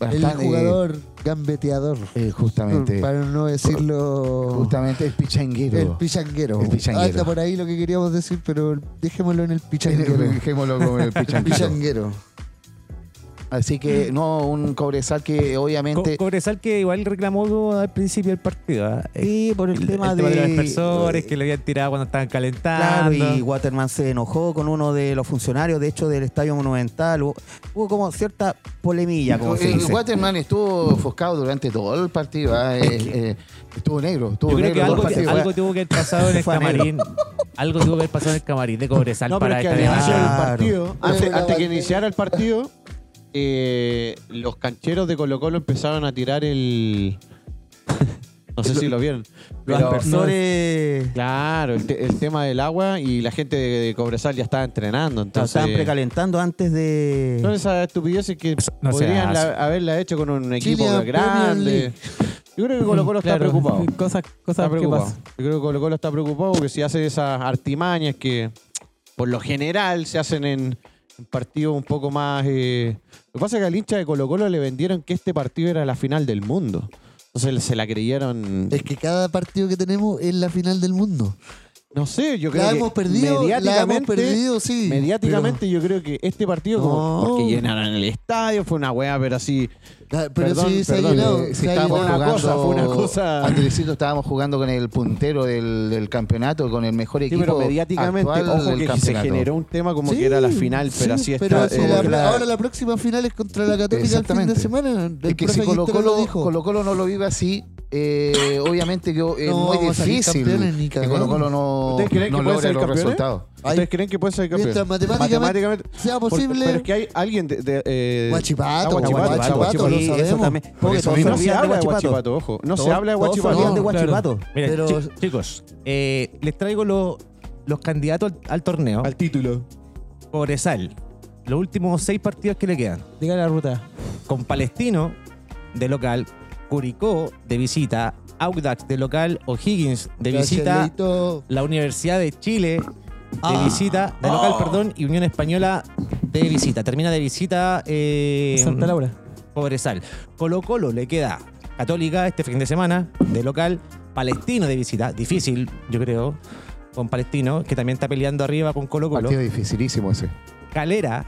B: El
C: bastante-
B: jugador mm, gambeteador.
C: eh, justamente.
B: Para no decirlo.
C: Justamente el pichanguero.
B: El pichanguero.
C: El pichanguero.
B: Anda por ahí lo que queríamos decir, pero dejémoslo en el pichanguero. El
C: Dejémoslo como el pichanguero.
B: pichanguero.
C: Así que, no, un cobresal que
A: Co-
C: obviamente.
A: Cobresal que igual reclamó al principio del partido. ¿ah?
E: Sí, por el,
A: El
E: tema,
A: tema de, los
E: de
A: aspersores que le habían tirado cuando estaban
E: Claro,
A: calentando.
E: y Waterman se enojó con uno de los funcionarios, de hecho, del Estadio Monumental. Hubo, hubo como cierta polemilla, como se
C: el
E: dice.
C: Eh, Waterman estuvo ofuscado durante todo el partido. ah, eh, eh, estuvo negro. Estuvo
A: Yo creo que
C: negro todo el
A: algo,
C: partido.
A: algo tuvo que haber pasado en el
E: Fue anhelo.
A: camarín. Algo tuvo que haber pasado en el camarín de Cobresal
F: No, pero
A: para
F: es que
A: esta
F: al
E: Claro.
F: inicio del
A: llamada.
F: partido, antes,
B: Pero-
F: antes que iniciara el partido, eh, los cancheros de Colo Colo empezaron a tirar el... No sé si lo vieron.
E: Los
F: pero-
E: aspersores
F: Claro, el, te- el tema del agua y la gente de, de Cobresal ya estaba entrenando,
E: lo
F: entonces...
E: estaban precalentando antes de.
F: Son esas estupideces que
A: no se
F: podrían
A: hace.
F: la- haberla hecho con un equipo
B: Chilean Premier
F: grande.
B: League.
F: Yo creo que Colo Colo está
D: Claro,
F: preocupado.
D: Cosas,
F: Está
D: cosas que
F: preocupado.
D: pasan.
F: Yo creo que Colo Colo está preocupado porque si hace esas artimañas que por lo general se hacen en, en partidos un poco más... eh, Lo que pasa es que al hincha de Colo Colo le vendieron que este partido era la final del mundo. Entonces se la creyeron...
B: Es que cada partido que tenemos es la final del mundo.
F: No sé, yo creo
B: La
F: que
B: hemos perdido, la hemos
F: mediáticamente-
B: perdido, sí.
F: Mediáticamente yo creo que este partido, como-
B: No.
F: porque llenaron el estadio, fue una weá, pero así...
B: Ah, Pero
F: Perdón,
B: sí, se ha
F: perdón,
B: llenado.
C: Eh, si
B: se ha
C: estábamos
B: llenado.
F: una
C: jugando,
F: cosa, fue una cosa.
C: Andresito, estábamos jugando con el puntero del, del campeonato, con el mejor
F: Sí,
C: equipo.
F: pero mediáticamente,
C: actual
F: ojo
C: del
F: que se
C: campeonato.
F: generó un tema como
B: Sí,
F: que era la final,
B: sí,
F: pero así está.
B: pero si
F: eh,
B: la-
F: la-
B: ahora la próxima final es contra la Católica el fin de
C: Exactamente.
B: semana. El
C: Es que
B: profe
C: si Colo
B: Quintero lo
C: Colo,
B: dijo.
C: Colo Colo no lo vive así, eh, obviamente que es
B: No
C: muy
B: vamos a salir
C: difícil
B: campeones ni
C: que
B: cagando.
C: Colo Colo no,
F: ¿Ustedes creen
C: no
F: que pueden
C: logre
F: ser
C: los
F: campeones?
C: resultados.
F: ¿Ustedes creen que puede ser campeón?
B: Mientras matemáticamente sea
F: porque-
B: posible-
F: Pero es que hay alguien de. de, eh,
B: Guachipato,
F: ah, Guachipato,
B: Guachipato, eh,
F: Guachipato.
B: lo
E: sí, eso
B: sabemos.
E: también. Porque
C: eso
E: todos
C: mismo.
F: No se
E: sabían de
F: habla de
E: Guachipato.
F: Guachipato, ojo. No se
E: Todos-
F: habla de
E: todos
F: Guachipato.
E: sabían de
B: No,
D: claro.
E: Guachipato.
A: Miren,
B: Pero-
A: chi- chicos, eh, les traigo los- los candidatos al, al torneo.
F: Al título.
A: Cobresal. Los últimos seis partidos que le quedan.
D: Diga la ruta.
A: Con Palestino de local, Curicó de visita, Audax de local, O'Higgins de
B: Gracias,
A: visita,
B: Leito.
A: la Universidad de Chile de
C: Ah.
A: visita, de local, perdón, y Unión Española de visita. Termina de visita eh,
D: Santa Laura.
A: Cobresal. Colo Colo le queda Católica este fin de semana, de local, Palestino de visita, difícil, yo creo, con Palestino, que también está peleando arriba con Colo Colo.
C: Partido dificilísimo ese.
A: Calera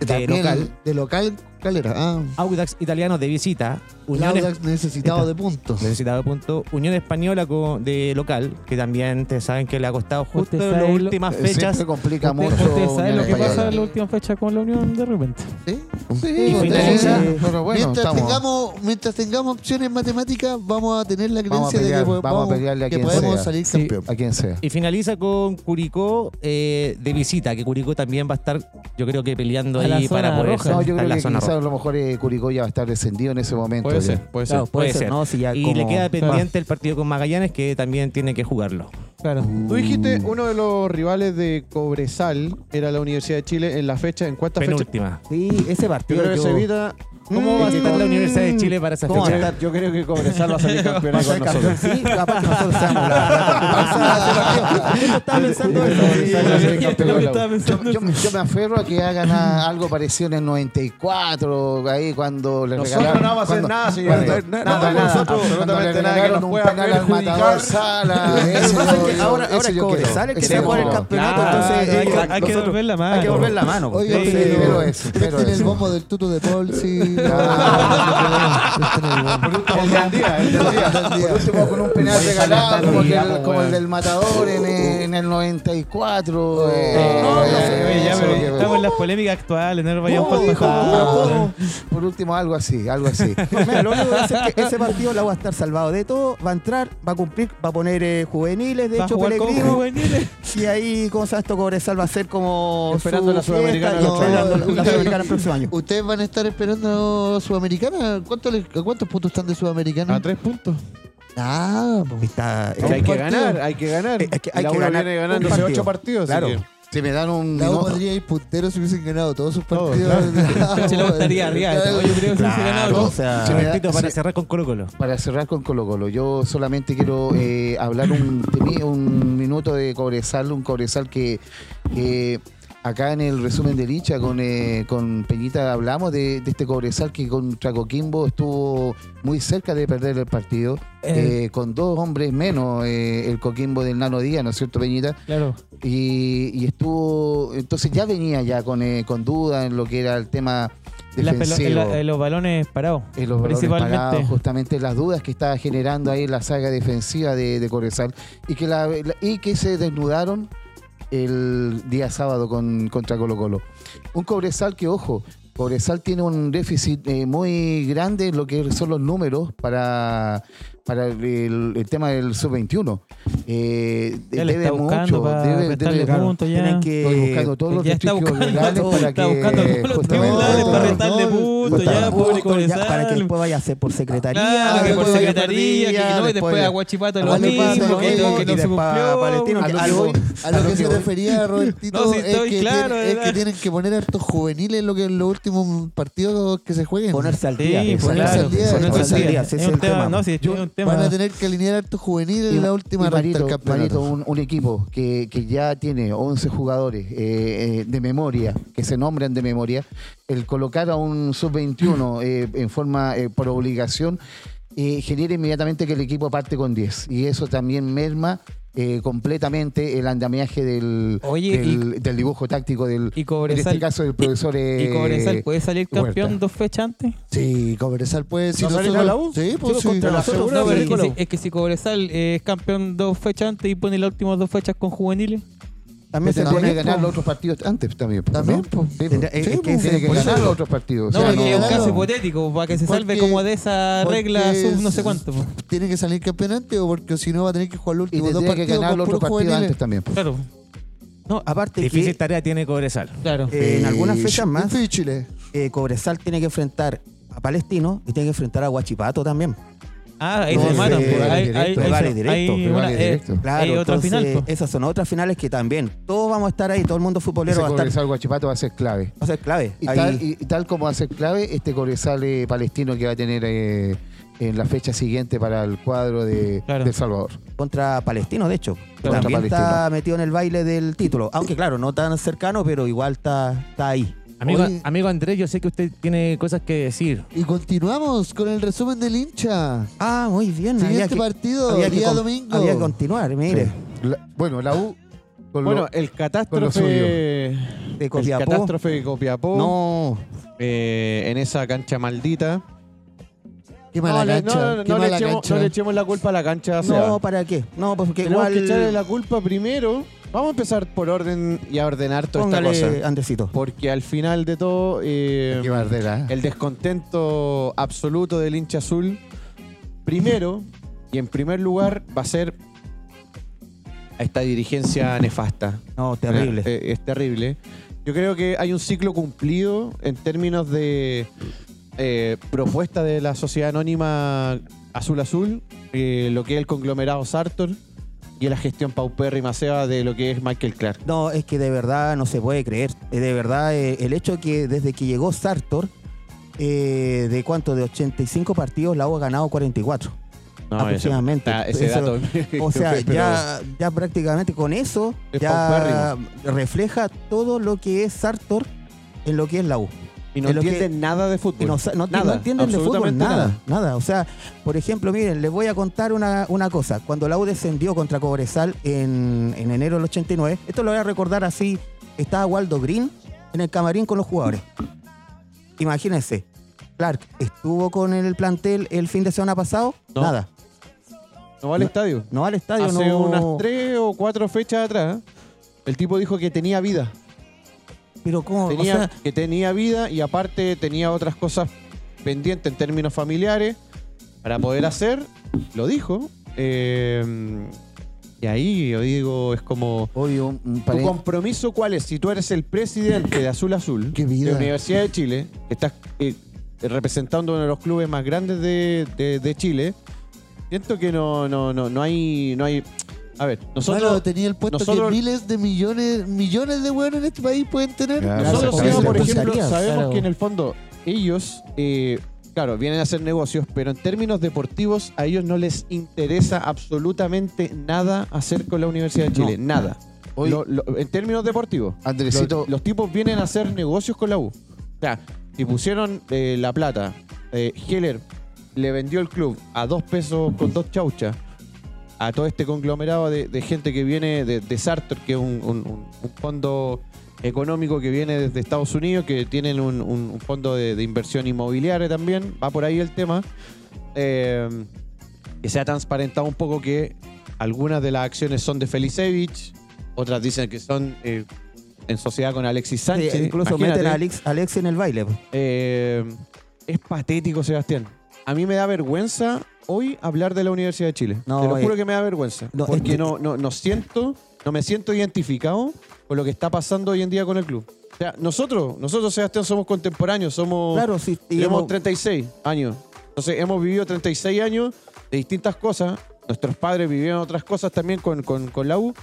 B: Que
A: de
B: también
A: local,
B: De local, Calera. Ah,
A: Audax Italiano de visita,
B: el
A: Unión
B: Audax necesitado de puntos.
A: Necesitado punto. Unión Española co- de local, que también ustedes saben que le ha costado justo
D: Ustedes
A: en las
D: saben lo-
A: últimas
C: Eh,
A: fechas.
C: Siempre complica
D: ¿Ustedes-
C: mucho.
D: ustedes saben
C: Unión
D: lo que
C: Española.
D: pasa en la última fecha con la Unión de repente.
B: ¿Sí?
C: Sí,
A: Y
C: pues,
A: finaliza-
C: sí, pero bueno,
B: mientras,
C: estamos-
B: tengamos, mientras tengamos opciones matemáticas, vamos a tener la
C: Vamos
B: creencia
C: a
B: de que, po-
C: pelear, vamos a pelearle a
B: que
C: quien
B: podemos
C: sea.
B: salir
D: Sí.
B: campeón.
C: a quien sea.
A: Y finaliza con Curicó eh, de visita, que Curicó también va a estar, yo creo que peleando
D: A la
A: ahí para
D: zona
A: poder
D: roja.
A: sal-
C: No, yo
A: a
C: creo
A: la
C: que
A: zona
C: quizás
A: roja.
C: a lo mejor eh, Curicó ya va a estar descendido en ese momento.
F: Puede
C: ya.
F: ser, puede ser.
E: Claro, puede,
A: Puede
E: ser,
A: ser.
E: ¿no? Si ya
A: Y
E: como-
A: le queda pendiente el partido con Magallanes, que también tiene que jugarlo.
D: Claro.
F: Tú dijiste uno de los rivales de Cobresal era la Universidad de Chile en la fecha, en cuánta fecha.
A: Penúltima.
E: Sí, ese
F: Yo
E: partido.
F: creo que
E: yo-
F: se evita. Mm.
A: ¿Cómo va a estar la Universidad de Chile para esa
E: ¿Cómo va a
A: fecha?
E: estar?
F: Yo creo que Cobresal va a salir campeón con nosotros.
E: Sí, capaz que nosotros seamos la- la- la- Yo estaba pensando eso.
C: Yo, yo me- yo me aferro a que hagan a- algo parecido en el 94, ahí cuando le
F: Nosotros
C: regalaron.
F: no vamos a hacer
C: cuando-
F: nada, señor.
C: cuando-
F: No, no,
C: cuando-
F: nada,
C: cuando-
F: nosotros,
C: cuando
F: absolutamente
C: le
F: nada que
C: regalaron
F: nos
C: un
F: pueda
C: penal al
F: perjudicar.
C: matador Sala.
E: Lo que
C: eso
E: pasa es
C: yo-
E: que
C: yo-
E: ahora-
C: eso
E: ahora
C: yo
E: es
C: quiero.
E: Cobresal el que
C: Eso
E: se va
C: yo
E: por el
C: quiero.
F: Ah,
E: campeonato,
A: Claro,
E: entonces,
D: Ah, hay, que,
E: eh,
D: hay que
E: nosotros-
D: devolver la mano.
E: Hay que volver la mano. po.
B: Oiga,
A: Sí,
B: pero,
C: pero eso, pero
B: presten el
C: eso.
B: bombo del tuto de Paul, sí. No, no,
C: Ah.
B: no, no, presten el bombo.
F: El de Andía, el de Andía.
C: Por último, con un penal
F: Oye,
C: regalado
F: Santana,
C: como, que el-
F: digamos,
C: como el
F: weón.
C: del matador en, el- en el 94. eh,
D: No, no,
C: eh,
D: oye, ya,
C: eso
D: pero
C: que-
D: estamos en las polémicas actuales, no nos vayamos
C: ¿Cómo,
D: por
C: hijo?
D: pasado.
C: ¿Cómo? Por último, algo así, algo así.
E: Mira, lo único que hace es que ese partido la va a estar salvado de todo, va a entrar, va a cumplir, va a poner eh, juveniles, de
D: Va a
E: hecho,
D: jugar con
E: Pellegrino,
D: juveniles.
E: y ahí, ¿cómo se llama esto? Cobresal va a ser como.
F: Esperando
E: su
F: la Sudamericana
E: fiesta,
F: del otro
E: y
F: año.
E: esperando la- la
B: Ustedes-
E: Sudamericana el próximo año.
B: ¿Ustedes van a estar esperando Sudamericana? ¿Cuánto le- ¿A cuántos puntos están de Sudamericana?
F: A tres puntos.
B: Nada, po.
E: Ah, pues, Está,
F: Es que hay
B: Un
F: que
B: partido.
F: ganar, hay que ganar.
E: Eh, es que
F: Y
E: hay
F: la
E: que
F: U
E: ganar
F: viene
E: un
F: ganando
E: partido.
F: ocho partidos. así
E: Claro.
F: que-
C: Si me dan un.
B: La U
C: minuto-
B: podría ir puntero si hubiesen ganado todos sus
F: Todos,
B: partidos.
D: Se lo estaría arriba. Yo creo que si hubiese ganado.
E: o sea,
C: Sí, me da-
A: Tito, Ah, para
C: sí,
A: cerrar con Colo Colo.
C: para cerrar con Colo Colo, yo solamente quiero eh, hablar un, temi- un minuto de Cobresal, un Cobresal que, que Acá en el resumen de Licha con, eh, con Peñita hablamos de, de este Cobresal que contra Coquimbo estuvo muy cerca de perder el partido.
D: Eh.
C: eh, con dos hombres menos eh, el Coquimbo del Nano Díaz, ¿no es cierto, Peñita?
D: Claro.
C: y, y estuvo entonces ya venía ya con, eh, con duda en lo que era el tema
D: En las pelo-
C: defensivo
D: en la- en los balones parados.
C: en eh, los balones
D: principalmente.
C: parados, justamente las dudas que estaba generando ahí la saga defensiva de, de Corozal y que la, la- y que se desnudaron el día sábado con, contra Colo Colo. Un Cobresal que, ojo, Cobresal tiene un déficit eh, muy grande en lo que son los números para, para el, el tema del sub-21. Eh,
D: Ya le
C: debe
D: está buscando
C: mucho,
D: para
C: debe,
D: prestarle
C: debe-
D: puntos ya.
E: Tienen
C: Estoy buscando
E: que.
C: todos los
D: ya está
C: distritos
D: buscando
C: legales
D: todo,
C: para
D: está
C: que
D: buscando todos los
C: justamente-
D: tribunales para
B: no,
D: restarle
B: no,
D: puntos, ya,
C: justamente-
D: pobre
E: Busco, ya,
D: Cobresal.
E: para que después vaya a ser por secretaría.
D: Claro, que por
C: después vaya a
D: secretaría, que
C: Perdía,
D: no, y después
C: después-
D: a Guachipato
C: a
D: lo mismo,
C: Guachipato lo
D: que no-
C: mismo,
D: que
C: y
D: no se
E: después a
D: cumplió.
E: Palestino,
C: a
E: que
C: lo que
E: algo.
C: voy-
B: A lo que se
C: voy.
B: refería Robertito
D: No, sí,
B: es,
D: estoy
B: que
D: claro,
B: tienen, es
D: ¿verdad?
B: que tienen que poner a estos juveniles lo que en los últimos partidos que se jueguen.
E: Ponerse al
D: Sí,
E: día.
D: pues,
E: exacto.
B: ponerse
D: claro,
B: al día,
E: Ponerse al día. Ese es
D: un
E: el
D: tema,
E: tema.
D: no, sí, es un tema.
B: Van a tener que alinear a estos juveniles en la última
C: y
B: recta
C: Marito,
B: del campeonato.
C: Marito, un, un equipo que, que ya tiene 11 jugadores eh, eh, de memoria, que se nombran de memoria, el colocar a un sub-21 eh, en forma eh, por obligación eh, genera inmediatamente que el equipo parte con 10. Y eso también merma eh, completamente el andamiaje del,
D: Oye,
C: del, del dibujo táctico del... en
D: Y
C: este
D: Cobresal,
C: caso el profesor...
D: y
C: eh,
D: Cobresal puede salir campeón
C: Huerta.
D: dos fechas antes.
B: Sí, Cobresal puede. Si
E: ¿No sale
B: nosotros-
E: la U?
B: Sí, pues
E: Solo
B: sí.
E: contra nosotros,
B: Seguro
D: No, pero es
B: sí.
D: que, si, es que si Cobresal eh, es campeón dos fechas antes y pone las últimas dos fechas con juveniles,
E: También se
C: tendría
E: pone
C: que ganar los otros partidos antes también. pues,
B: También,
C: ¿no?
B: pues.
C: Sí, pues.
E: Tendría- es-
C: Sí,
E: es que
C: pues,
E: se-
C: tiene que
E: por eso-
C: ganar los otros partidos. o
D: no,
C: sea,
D: es que es un
B: no.
D: caso hipotético, para que se salve
B: Porque-
D: como de esa
B: porque
D: regla sub no sé
B: es-
D: cuánto. po.
B: Tiene que salir campeonante o porque si no va a tener que jugar los
C: Y
B: últimos dos
C: tendría que
B: partidos
C: ganar
B: con
C: los otros
B: puros
C: partidos
B: juveniles.
C: antes también. pues.
D: Claro,
E: No, aparte
A: Difícil
E: que
A: tarea tiene Cobresal.
D: claro.
E: eh, en algunas fechas más,
B: Difíciles.
E: eh, Cobresal tiene que enfrentar a Palestino y tiene que enfrentar a Huachipato también.
D: Ah, ahí
C: No,
D: se
C: sí,
D: matan. po.
E: rivales
D: Ahí-
C: directos,
D: ahí- ahí se-
E: rivales directos,
D: ahí
C: rivales
D: una- eh,
C: directos.
E: Claro,
D: hay otra
E: entonces,
D: final, po.
E: Esas son otras finales que también todos vamos a estar ahí, todo el mundo futbolero
C: Ese
E: va a estar.
C: Cobresal Guachipato va a ser clave.
E: Va a ser clave.
C: Y
E: Ahí-
C: tal, y tal como va a ser clave, este Cobresal eh, palestino que va a tener eh, en la fecha siguiente para el cuadro de,
D: Claro.
C: de El Salvador.
E: contra Palestino, de hecho. que
C: Contra
E: También está
C: Palestino.
E: metido en el baile del título. Aunque claro, no tan cercano, pero igual está, está ahí.
A: Amigo,
B: Oye.
A: amigo Andrés, yo sé que usted tiene cosas que decir.
B: Y continuamos con el resumen del hincha.
E: Ah, muy bien.
B: Siguiente partido,
E: había que
B: día
E: con-
B: domingo.
E: había que continuar, mire.
C: Sí. La- bueno, la U con
F: Bueno,
C: lo-
F: el
C: con lo
F: catástrofe.
E: De
F: El
E: Copiapó.
F: catástrofe de Copiapó.
E: No,
F: eh, en esa cancha maldita.
B: Qué mala
F: le-
B: cancha.
F: no,
B: qué
F: no le
B: mala
F: echemos,
B: cancha.
F: no le echemos la culpa a la cancha. o sea,
E: no, ¿para qué? No, pues porque
F: tenemos
E: igual.
F: que echarle la culpa primero. Vamos a empezar por orden y a ordenar toda esta
E: Póngale,
F: cosa.
E: Andresito.
F: Porque al final de todo, eh,
C: Qué bardera.
F: el descontento absoluto del hincha azul, primero y en primer lugar, va a ser a esta dirigencia nefasta.
E: No, terrible.
F: Eh, eh, es terrible. Yo creo que hay un ciclo cumplido en términos de eh, propuesta de la sociedad anónima Azul Azul, eh, lo que es el conglomerado Sartor y la gestión paupérrima macea de lo que es Michael Clark.
E: No, es que de verdad no se puede creer. Eh, De verdad, eh, el hecho que desde que llegó Sartor, eh, de cuánto, de 85 partidos, la U ha ganado 44.
F: No,
E: Aproximadamente.
F: ese- ah, ese
E: Eso-
F: dato.
E: O sea,
F: Pero-
E: ya, ya prácticamente con eso
F: Es
E: ya refleja todo lo que es Sartor en lo que es la U.
F: Y no
E: en lo que-
F: entienden nada de fútbol.
E: Y no, sa- no- no
F: Nada,
E: entienden de fútbol
F: absolutamente
E: nada, nada. O sea, por ejemplo, miren, les voy a contar una, una cosa. Cuando la U descendió contra Cobresal en, en enero del 89, esto lo voy a recordar así, estaba Waldo Green en el camarín con los jugadores. Imagínense, Clark estuvo con el plantel el fin de semana pasado,
F: No.
E: nada.
F: No va al estadio.
E: No al estadio,
F: Hace
E: no.
F: unas tres o cuatro fechas atrás, el tipo dijo que tenía vida.
E: Pero cómo, o
F: tenía,
E: sea,
F: que tenía vida y aparte tenía otras cosas pendientes en términos familiares para poder hacer, lo dijo. eh, y ahí yo digo, es como,
C: Hoy un, un
F: ¿tu
C: pare-
F: compromiso cuál es? Si tú eres el presidente de Azul Azul,
B: Qué
F: de
B: vida.
F: la Universidad de Chile, que estás eh, representando uno de los clubes más grandes de, de- de Chile, siento que no, no, no, no hay, no hay. A ver, nosotros.
B: Bueno, tenía el puesto
F: nosotros-
B: que miles de millones, millones de huevos en este país pueden tener.
C: Claro.
F: Nosotros,
C: Gracias,
F: Seba, por
C: gracias.
F: ejemplo,
B: Empresarias.
F: sabemos
B: Claro.
F: que en el fondo ellos, eh, claro, vienen a hacer negocios, pero en términos deportivos a ellos no les interesa absolutamente nada hacer con la Universidad de Chile, nada.
C: Hoy-
F: Lo- lo- en términos deportivos,
C: Andresito-
F: los, los tipos vienen a hacer negocios con la U. O sea, si pusieron eh, la plata, eh, Heller le vendió el club a dos pesos con dos chauchas a todo este conglomerado de, de gente que viene de, de Sartor, que es un, un- un- un fondo económico que viene desde Estados Unidos, que tienen un, un- un fondo de, de inversión inmobiliaria también, va por ahí el tema. Eh, que se ha transparentado un poco que algunas de las acciones son de Felicevich, otras dicen que son eh, en sociedad con Alexis
E: Sí,
F: Sánchez.
E: eh, incluso
F: Imagínate.
E: meten a Alex, Alex en el baile. po.
F: Eh, es patético, Sebastián. A mí me da vergüenza hoy hablar de la Universidad de Chile.
E: No,
F: Te lo
E: oye.
F: juro que me da vergüenza.
E: No,
F: porque
E: este-
F: no, no, no siento, no me siento identificado con lo que está pasando hoy en día con el club. O sea, nosotros, nosotros, Sebastián, somos contemporáneos, somos.
E: Claro, sí. y
F: Tenemos
E: hemos-
F: 36 años. Entonces hemos vivido 36 años de distintas cosas. Nuestros padres vivieron otras cosas también con, con- con la U.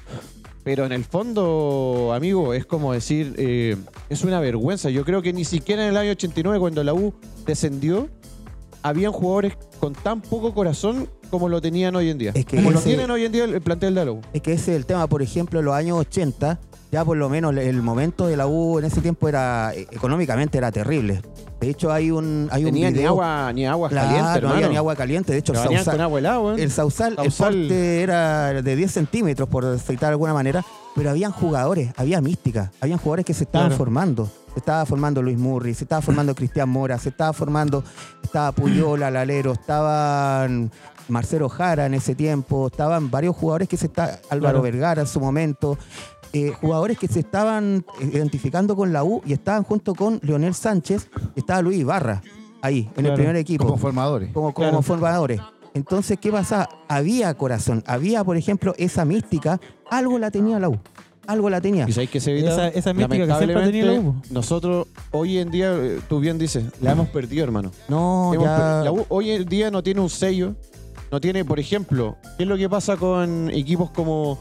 F: Pero en el fondo, amigo, es como decir, eh, es una vergüenza. Yo creo que ni siquiera en el año 89, cuando la U descendió, habían jugadores con tan poco corazón como lo tenían hoy en día.
E: Es que
F: como lo
E: ese-
F: tienen hoy en día el, el plantel de la U.
E: Es que ese es el tema, por ejemplo, en los años 80, ya por lo menos el momento de la U en ese tiempo era eh, económicamente era terrible. De hecho, hay un hay un
F: Tenían ni
E: video-
F: agua, ni agua
E: Claro,
F: caliente,
E: no había
F: hermano.
E: ni agua caliente, de hecho,
F: Se
E: el
F: bañaban
E: Sausal,
F: con agua helada, weón.
E: el Sausal, el
F: Sausal.
E: porte era de 10 centímetros, por citar de alguna manera, pero habían jugadores, había mística, habían jugadores que se estaban
F: Claro.
E: formando. Se estaba formando Luis Murri, se estaba formando Cristian Mora, se estaba formando, estaba Puyola, Lalero, estaban Marcelo Jara en ese tiempo, estaban varios jugadores que se está
F: Claro.
E: Álvaro Vergara en su momento, eh, jugadores que se estaban identificando con la U y estaban junto con Leonel Sánchez, estaba Luis Ibarra ahí, en el
F: Claro.
E: primer equipo
C: como formadores.
E: como, como
F: Claro.
E: formadores. Entonces, ¿qué pasa? Había corazón, había, por ejemplo, esa mística, algo la tenía la U, algo la tenía.
F: Y sabéis que se evita.
D: Esa- esa mística que siempre ha tenido la U.
F: Nosotros hoy en día, eh, tú bien dices, la hemos perdido, hermano.
E: No,
F: Hemos
E: ya-
F: per- la U hoy en día no tiene un sello. No tiene, por ejemplo, ¿qué es lo que pasa con equipos como.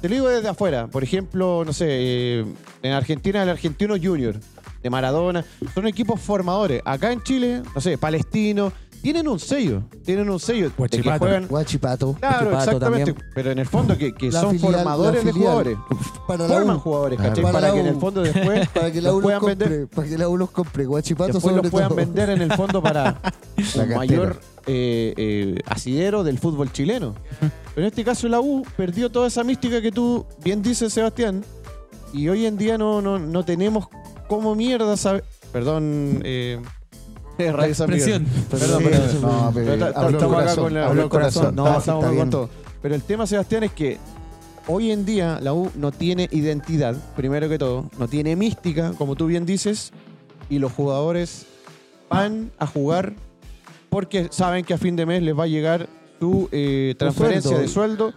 F: Te lo digo desde afuera. Por ejemplo, no sé, eh, en Argentina, el Argentino Junior, de Maradona. Son equipos formadores. Acá en Chile, no sé, Palestino. Tienen un sello. Tienen un sello. de que
A: Huachipato.
F: juegan.
B: Guachipato.
F: Claro,
E: Huachipato
F: exactamente.
E: también.
F: Pero en el fondo, que, que
B: La
F: son
B: filial- la
F: formadores de
B: filial.
F: jugadores
B: Para la
F: forman
B: U.
F: jugadores, ¿cachai?
B: Para
F: Para,
B: la
F: que en el
B: U.
F: fondo después,
B: Para que la
F: los
B: U los
F: puedan
B: compre.
F: vender.
B: Para que la U los compre. Guachipato
F: Después los
B: sobre
F: puedan
B: todo.
F: vender en el fondo para
C: La
F: un
C: cantera.
F: mayor eh, eh, asidero del fútbol chileno. Pero en este caso la U perdió toda esa mística que tú bien dices, Sebastián. Y hoy en día no, no, no tenemos como mierda saber... Perdón, eh, Radio San Miguel.
D: Presión.
F: Perdón,
C: Sí,
F: perdón.
C: eso, no, pero
F: Pero ta- ta-
C: Eh, habló el
F: estamos acá
C: corazón,
F: con la-
C: habló
F: con
C: el
F: el
C: corazón.
F: corazón,
C: No,
F: estamos-
C: sí, está
F: estamos con
C: bien.
F: todo. Pero el tema, Sebastián, es que hoy en día la U no tiene identidad, primero que todo, no tiene mística, como tú bien dices, y los jugadores van a jugar porque saben que a fin de mes les va a llegar su eh, transferencia
C: sueldo.
F: de sueldo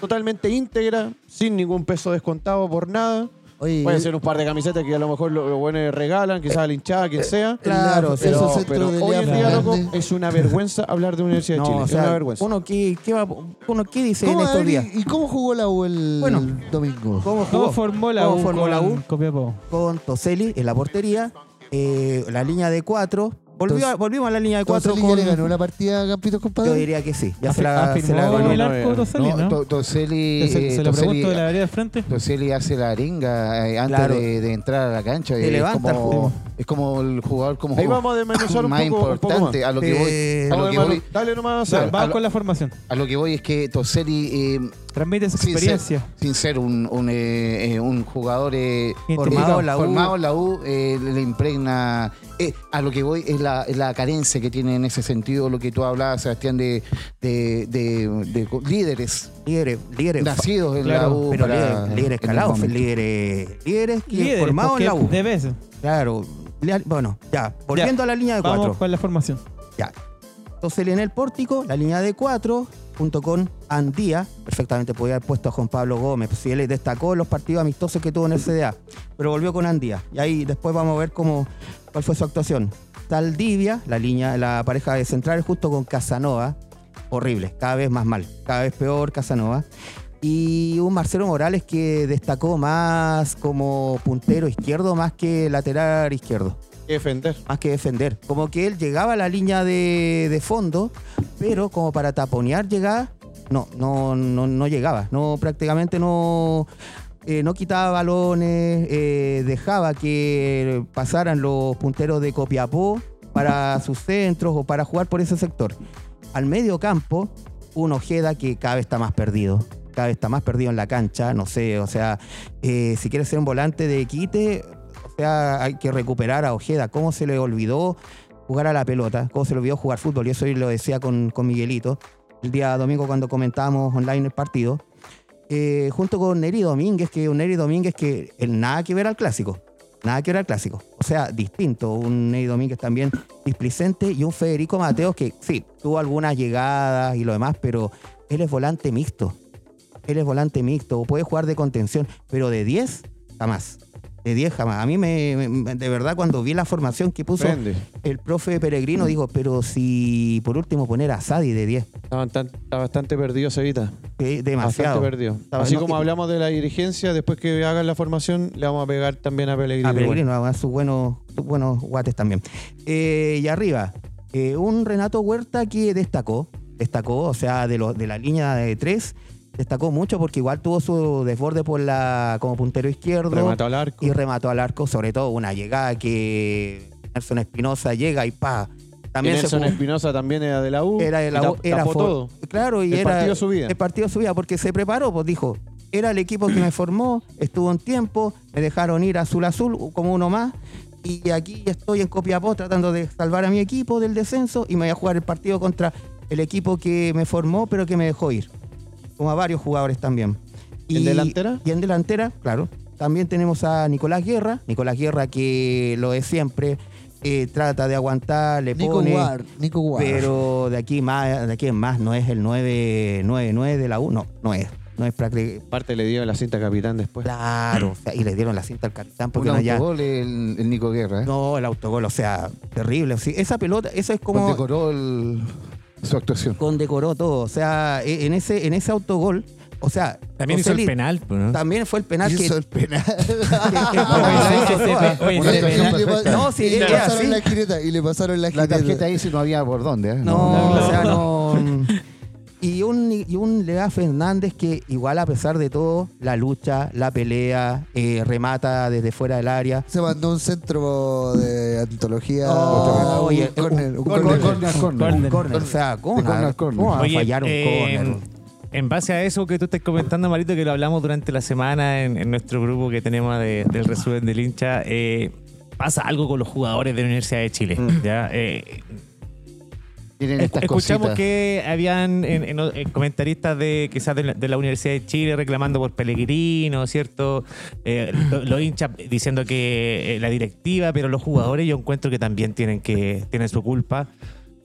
F: totalmente íntegra, sin ningún peso descontado por nada.
B: Oye,
F: Pueden ser un par de camisetas que a lo mejor los buenos regalan, quizás a la hinchada,
C: Eh,
F: quien sea.
B: claro,
F: Pero,
B: centro
F: pero
B: de
F: hoy en
B: Lea
F: día, loco,
B: Fernández.
F: es una vergüenza hablar de Universidad de
E: no,
F: Chile.
E: o
F: es
E: sea,
F: una vergüenza.
E: uno qué, qué va- uno qué dice en
B: ¿Cómo,
E: estos
B: Adri,
E: días.
B: ¿Y cómo jugó la U el
E: Bueno.
B: domingo?
E: ¿Cómo
D: ¿Cómo
E: jugó?
D: formó la
E: ¿Cómo
D: U?
E: formó
D: con
E: la U?
D: Copiapó?
E: Con Toselli en la portería, eh, la línea de cuatro. Volvió a-
B: Entonces-
E: volvimos a la línea de cuatro
B: Entonces, ¿ya
E: con.
B: le ganó la partida a Campitos,
E: Yo
B: compadre?
E: diría que sí. Ya se
D: Afi-
E: la, se la
D: afirmó
E: ganó.
D: el
C: no,
D: arco
C: eh,
D: Toselli,
C: no,
D: ¿no?
C: To- Toselli,
D: Se
C: eh,
D: se lo
C: Toselli-
D: pregunto de la vereda de frente.
C: Toselli hace la arenga eh, antes
E: Claro.
C: de, de entrar a la cancha.
E: Te
C: es
E: levanta el
C: como,
E: juego.
C: es como el jugador como
F: Ahí vamos a desmenuzar un
C: más
F: poco- un poco
C: importante
F: más.
C: a lo que voy.
E: Eh,
C: a
F: Vamos,
C: lo que
F: hermano,
C: voy-
F: Dale nomás.
C: Claro,
F: Seba.
C: a
D: Vamos
C: lo-
D: con la formación.
C: a lo que voy es que Toselli, eh,
D: Transmite su
C: sin ser-
D: experiencia.
C: sin ser un, un, eh, eh, un jugador eh,
E: Formado en la U.
C: formado en la U, eh, le le impregna. eh, a lo que voy es la, es la carencia que tiene en ese sentido, lo que tú hablabas, Sebastián, de, de, de- de co- líderes
E: Líderes, líderes.
C: nacidos en la
E: Claro,
C: U.
E: pero
C: para-
E: líderes, líderes
C: en el
E: calados,
C: momento.
E: líderes, líderes que
D: Líderes,
E: formados en la
D: porque
E: U.
D: De veces.
E: Claro. Le- Bueno, ya, volviendo a la línea de cuatro.
D: Vamos con la formación.
E: Ya. Entonces en el pórtico, la línea de cuatro, junto con Andía, perfectamente podía haber puesto a Juan Pablo Gómez, pues, si él destacó los partidos amistosos que tuvo en el CDA, pero volvió con Andía. Y ahí después vamos a ver cómo, cuál fue su actuación. Saldivia, la línea, la pareja de centrales junto con Casanova, horrible, cada vez más mal, cada vez peor Casanova. Y un Marcelo Morales que destacó más como puntero izquierdo más que lateral izquierdo
F: Defender.
E: más que defender. Como que él llegaba a la línea de, de fondo, pero como para taponear llegaba no, no, no, no llegaba. No, prácticamente no, eh, no quitaba balones, eh, dejaba que pasaran los punteros de Copiapó para sus centros o para jugar por ese sector. Al medio campo, un Ojeda que cada vez está más perdido. Cada vez está más perdido en la cancha, no sé, o sea, eh, si quieres ser un volante de quite, o sea, hay que recuperar a Ojeda. ¿Cómo se le olvidó jugar a la pelota? ¿Cómo se le olvidó jugar fútbol? Y eso yo lo decía con, con Miguelito el día domingo cuando comentábamos online el partido. eh, junto con Neri Domínguez, que un Neri Domínguez que eh, nada que ver al clásico. Nada que ver al clásico. O sea, distinto. Un Neri Domínguez también displicente y un Federico Mateos que sí, tuvo algunas llegadas y lo demás, pero él es volante mixto. Él es volante mixto. Puede jugar de contención, pero de 10, jamás. De 10 jamás. A mí me, me- de verdad cuando vi la formación que puso
F: Prende.
E: el profe Peregrino,
F: Mm.
E: dijo, pero si por último poner a Sadi de 10,
F: Está bastante, está bastante perdido Cevita.
E: que es demasiado.
F: Bastante perdido.
E: Estaba-
F: Así
E: no,
F: como
E: y-
F: hablamos de la dirigencia, después que hagan la formación, le vamos a pegar también a Pellegrini.
E: A Pellegrino, a sus buenos, sus buenos guates también. Eh, y arriba, eh, un Renato Huerta que destacó, destacó, o sea, de, lo- de la línea de tres, destacó mucho porque igual tuvo su desborde por la como puntero izquierdo
F: Remató al arco.
E: y remató al arco, sobre todo una llegada que Nelson Espinosa llega y pa. También
F: Y Nelson
E: se jugó-
F: Espinosa también era de la U.
E: era de la
F: y
E: U-
F: tap-
E: era
F: tapó
E: for-
F: todo.
E: Claro, y
F: El
E: era
F: partido de su vida.
E: el partido de su vida, porque se preparó, pues dijo, era el equipo que me formó, estuvo un tiempo, me dejaron ir azul azul como uno más y aquí estoy en Copiapó tratando de salvar a mi equipo del descenso y me voy a jugar el partido contra el equipo que me formó pero que me dejó ir. Como a varios jugadores también.
F: ¿Y en delantera?
E: Y en delantera, claro. También tenemos a Nicolás Guerra. Nicolás Guerra que lo es siempre, eh, trata de aguantar, le
B: Nico
E: pone...
B: Guard, Nico Guard.
E: Pero de aquí más, de aquí en más no es el 999 de la U, no, no es. No es prácticamente.
F: Aparte le dio la cinta capitán después.
E: Claro, o sea, y le dieron la cinta al capitán porque
C: un
E: no ya.
C: autogol el, el Nico Guerra. ¿eh?
E: No, el autogol, o sea, terrible. Sí, esa pelota, eso es como
C: Condecoró el- su actuación.
E: condecoró todo. O sea, e- en ese, en ese autogol, o sea,
A: También hizo
E: Joseli
A: el penal. pues, ¿no?
E: También fue el penal Ah, que.
B: Hizo el penal.
E: Ah,
D: Oye, oye,
C: Una
D: ese
C: actuación
D: penal-
C: perfecta.
E: No, sí,
B: y le
E: es
B: pasaron
E: así.
B: la esquineta. Y le pasaron la
C: La
B: esquineta.
C: tarjeta ahí sí no había por dónde. ¿eh?
E: No, o sea, no. Y un, y un Lea Fernández que igual a pesar de todo, la lucha, la pelea, eh, remata desde fuera del área.
B: Se mandó un centro de antología.
E: Oh, oye,
B: un corner.
E: un-
B: un
E: un
C: Corner,
B: corner.
C: corner, corner.
E: Un córner, O sea, ¿cómo,
C: De
E: van a-
C: córner, córner.
E: cómo van a
A: Oye,
E: fallar un
A: eh,
E: córner?
A: En base a eso que tú estás comentando, Marito, que lo hablamos durante la semana en, en nuestro grupo que tenemos de- del resumen del hincha, eh, pasa algo con los jugadores de la Universidad de Chile.
E: Mm.
A: ¿ya? Eh,
C: Tienen
A: Escu-
C: estas
A: Escuchamos
C: cositas.
A: que habían en- en- en comentaristas de quizás de la, de la Universidad de Chile reclamando por Pellegrino, ¿cierto? Eh, lo- los hinchas diciendo que eh, la directiva, pero los jugadores yo encuentro que también tienen que tienen su culpa.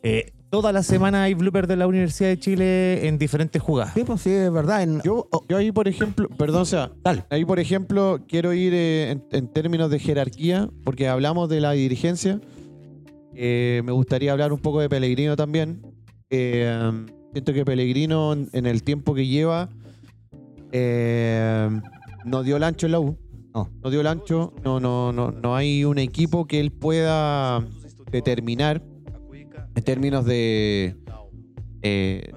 A: Eh, toda la semana hay bloopers de la Universidad de Chile en diferentes jugadas.
E: Sí, pues sí, es verdad. en-
F: Yo, yo ahí, por ejemplo, perdón, o sea,
E: oh. Dale.
F: ahí, por ejemplo, quiero ir eh, en, en términos de jerarquía, porque hablamos de la dirigencia. Eh, me gustaría hablar un poco de Pellegrino también. Eh, siento que Pellegrino, en, en el tiempo que lleva, eh, no dio el ancho en la U.
E: No.
F: dio el ancho. No, no, no, no hay un equipo que él pueda determinar en términos de. eh,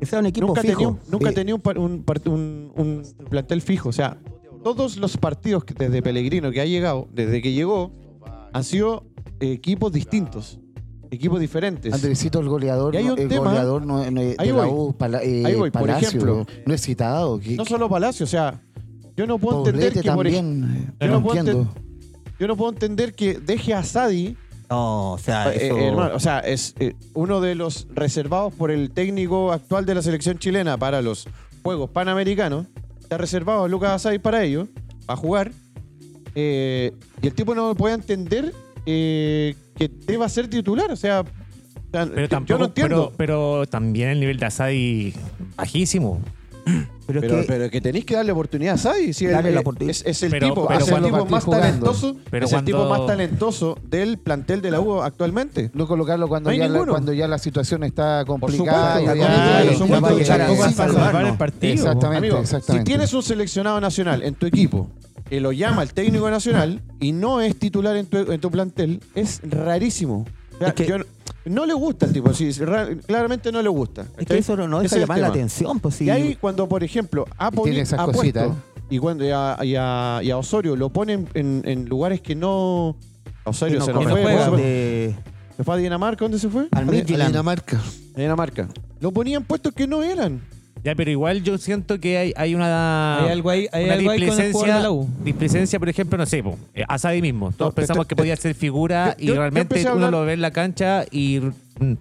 E: que sea un equipo
F: nunca
E: fijo.
F: tenía, un- nunca
E: Eh,
F: tenía un, par- un par- un- un plantel fijo. O sea, todos los partidos que desde Pellegrino que ha llegado, desde que llegó, han sido equipos distintos, equipos diferentes.
C: Andresito, el goleador,
F: Y hay un
C: el
F: tema-
C: goleador no, no- de
F: Ahí
C: la
F: voy.
C: U, Pala- eh,
F: Ahí voy, por
C: Palacio,
F: ejemplo.
C: no es citado. Que,
F: no solo Palacio, o sea, yo no puedo entender
C: Poblete
F: que por ej-
C: también. eh,
F: yo
C: no
F: no puedo
C: entiendo.
F: yo no puedo entender que deje a Sadi,
E: No, o sea,
F: eh,
E: eso-
F: eh, hermano, o sea, es eh, uno de los reservados por el técnico actual de la selección chilena para los Juegos Panamericanos. Está reservado Lucas Asadi para ello, para jugar. Eh, y el tipo no puede entender eh, que deba ser titular. O sea, o sea,
A: Pero
F: yo-
A: tampoco,
F: yo no entiendo.
A: Pero, pero también el nivel de Asadi bajísimo.
F: Pero,
E: pero es que-
F: pero que tenéis que darle oportunidad a Sadi. si
E: Darle
F: el-
E: la oportunidad.
F: Es, es el
A: Pero-
F: tipo,
A: pero
F: es el
A: cuando-
F: tipo más
C: jugando.
F: talentoso.
A: Pero
F: es
A: cuando-
F: el tipo más talentoso del plantel de la U actualmente.
C: No colocarlo cuando,
F: No hay
C: ya la,
F: ninguno.
C: cuando ya la situación está
F: supuesto,
C: complicada. y
F: está
C: ya-
F: complicado,
C: ya
F: son
C: va a
F: muchos
C: llegar a-
F: tampoco
D: para
F: es
C: Exactamente,
D: salvar el partido.
C: Exactamente,
F: Amigo,
C: exactamente.
F: si tienes un seleccionado nacional en tu equipo que lo llama el técnico nacional y no es titular en tu, en tu plantel, es rarísimo. O sea,
E: Es que-
F: yo no- No le gusta el tipo, sí, ra- claramente no le gusta.
E: Es
F: ¿cachai?
E: que eso no- no
F: Ese
E: deja
F: es el
E: llamar la
F: tema.
E: atención, pues sí.
F: Y ahí cuando, por ejemplo, a
C: Tiene
F: Poli-
C: esas
F: a Puesto
C: cositas. ¿eh?
F: y cuando y a, y a- y a Osorio lo ponen en, en lugares que no... a Osorio se nos
E: no
F: fue.
E: juega
F: ¿no?
E: de-
F: ¿Se fue a Dinamarca? ¿Dónde se fue?
E: al
B: A
E: Midtjylland.
B: Dinamarca.
F: A Dinamarca. Lo ponían puestos que no eran.
A: Ya, pero igual yo siento que hay, hay una.
D: Hay algo ahí- hay algo ahí con el jugador de la U.
A: displicencia, por ejemplo, no sé, po, eh, Asadi mismo. Todos
F: No, te
A: pensamos
F: estoy-
A: que podía ser figura
F: Yo-
A: y
F: yo- yo
A: realmente
F: empecé a
A: uno
F: hablar-
A: lo ve en la cancha y mm,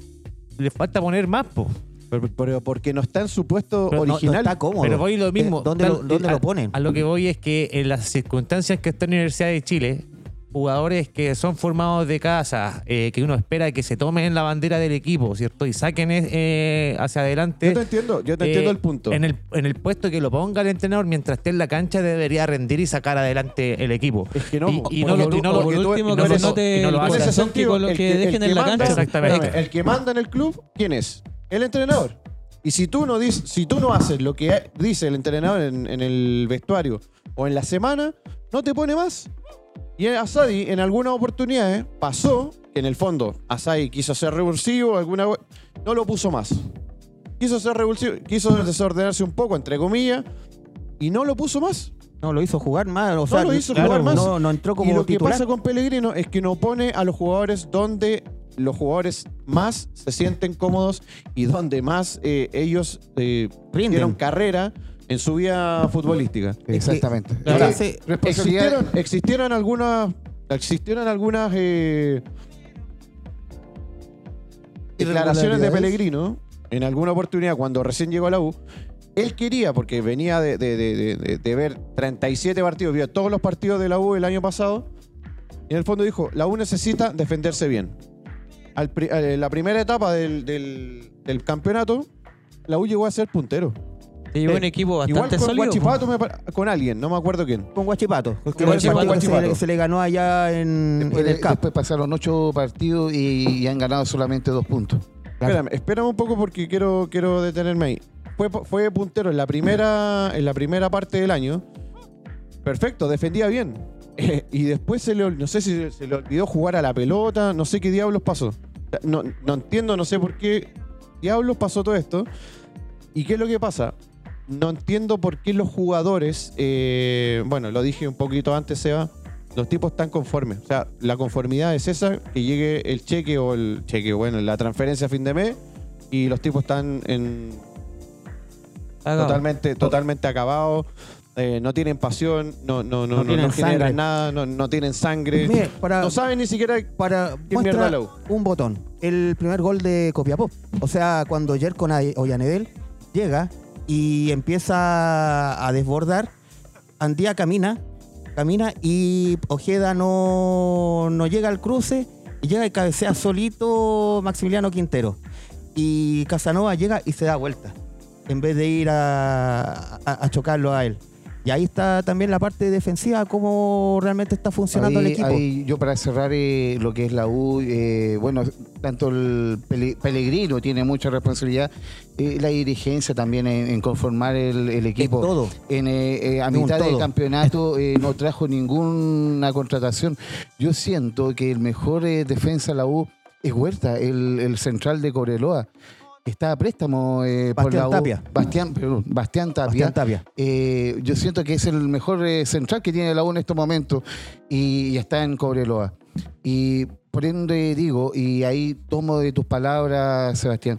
A: le falta poner más, po.
F: Pero, pero porque no está en su puesto
A: Pero no- no
F: original.
E: está cómodo.
A: Pero voy lo mismo.
E: Eh, ¿Dónde,
A: Tal-
E: lo, dónde
A: a-
E: lo ponen?
A: A lo que voy es que en las circunstancias que está en la Universidad de Chile, jugadores que son formados de casa, eh, que uno espera que se tomen la bandera del equipo, ¿cierto? Y saquen eh, hacia adelante.
F: yo te entiendo, yo te
A: Eh,
F: entiendo el punto.
A: En el, en el puesto que lo ponga el entrenador, mientras esté en la cancha, debería rendir y sacar adelante el equipo.
F: Es que no,
A: Y- y,
F: porque
A: no, lo-
F: tú-
A: y no lo-
F: porque
A: y
F: tú-
A: no
D: último,
A: lo-
F: que se
D: note
A: y no lo
D: el
A: hace.
D: gol. Son que con lo que dejen en la
F: manda-
A: cancha. Exactamente.
F: el que manda en el club, ¿quién es? El entrenador. Y si tú no dices, si tú no haces lo que dice el entrenador en, en el vestuario o en la semana, no te pone más. Y Asadi en algunas oportunidades pasó que en el fondo Asadi quiso ser revulsivo, alguna we- no lo puso más. Quiso ser revulsivo, quiso desordenarse un poco entre comillas y no lo puso más.
E: No, lo hizo jugar más. O sea,
F: lo hizo
E: claro,
F: jugar más.
E: No, no entró
F: y
E: como
F: lo
E: titular.
F: que pasa con Pellegrino es que no pone a los jugadores donde los jugadores más se sienten cómodos y donde más eh, ellos eh,
E: Rinden.
F: dieron carrera en su vida futbolística.
C: Exactamente.
E: Claro,
C: Ahora,
E: ese-
C: responsabilidad-
F: Existieron, existieron algunas existieron algunas eh, declaraciones de
C: Irregularidades.
F: Pellegrino en alguna oportunidad cuando recién llegó a la U. Él quería, porque venía de, de- de- de- de- de ver 37 partidos, vio todos los partidos de la U el año pasado. Y en el fondo dijo: La U necesita defenderse bien. Al pri- eh, la primera etapa del, del- del campeonato, la U llegó a ser puntero.
D: Se llevó un equipo
F: Igual
D: bastante
F: con
D: sólido.
F: Guachipato, me pa- con alguien, no me acuerdo quién.
E: con Guachipato. Porque
F: Guachipato,
E: el partido que se,
F: Guachipato.
E: le- se le ganó allá en,
C: después,
E: en el CAP.
C: después pasaron ocho partidos y, y han ganado solamente dos puntos.
F: Espérame, espérame un poco porque quiero, quiero detenerme ahí. Fue, fue puntero en la, primera, en la primera parte del año. Perfecto, defendía bien. y después se le, ol- no sé si se le olvidó jugar a la pelota, no sé qué diablos pasó. O sea, No, no entiendo, no sé por qué diablos pasó todo esto. ¿Y qué es lo que pasa? No entiendo por qué los jugadores, eh, bueno, lo dije un poquito antes, Seba, los tipos están conformes. O sea, la conformidad es esa, que llegue el cheque o el cheque, bueno, la transferencia a fin de mes y los tipos están en
D: Cagado.
F: totalmente, totalmente acabados, eh, no tienen pasión, no, no, no, no,
E: tienen
F: no generan
E: sangre.
F: nada, no, no tienen sangre,
E: Mire, para,
F: no saben ni siquiera...
E: para
F: mierda
E: muestra
F: la U?
E: un botón. El primer gol de Copiapó. O sea, cuando Jerkon a- Ollanedel llega y empieza a desbordar, Andía camina, camina y Ojeda no, no llega al cruce y llega y cabecea solito Maximiliano Quintero. Y Casanova llega y se da vuelta en vez de ir a, a- a chocarlo a él. Y ahí está también la parte defensiva, cómo realmente está funcionando
C: Ahí-
E: el equipo.
C: ahí yo para cerrar eh, lo que es la U, eh, bueno, tanto el Pele- Pellegrino tiene mucha responsabilidad, eh, la dirigencia también en, en conformar el, el equipo.
E: Es todo.
C: En, eh, eh, a
E: Es un
C: mitad del
E: todo.
C: campeonato eh, no trajo ninguna contratación. Yo siento que el mejor eh, defensa de la U es Huerta, el, el central de Coreloa. Está a préstamo eh, por
E: Bastián
C: la U.
E: Tapia.
C: Bastián, perdón, Bastián Tapia.
E: Bastián Tapia.
C: Eh, yo siento que es el mejor eh, central que tiene la U en estos momentos y, y está en Cobreloa. Y por ende digo, y ahí tomo de tus palabras, Sebastián,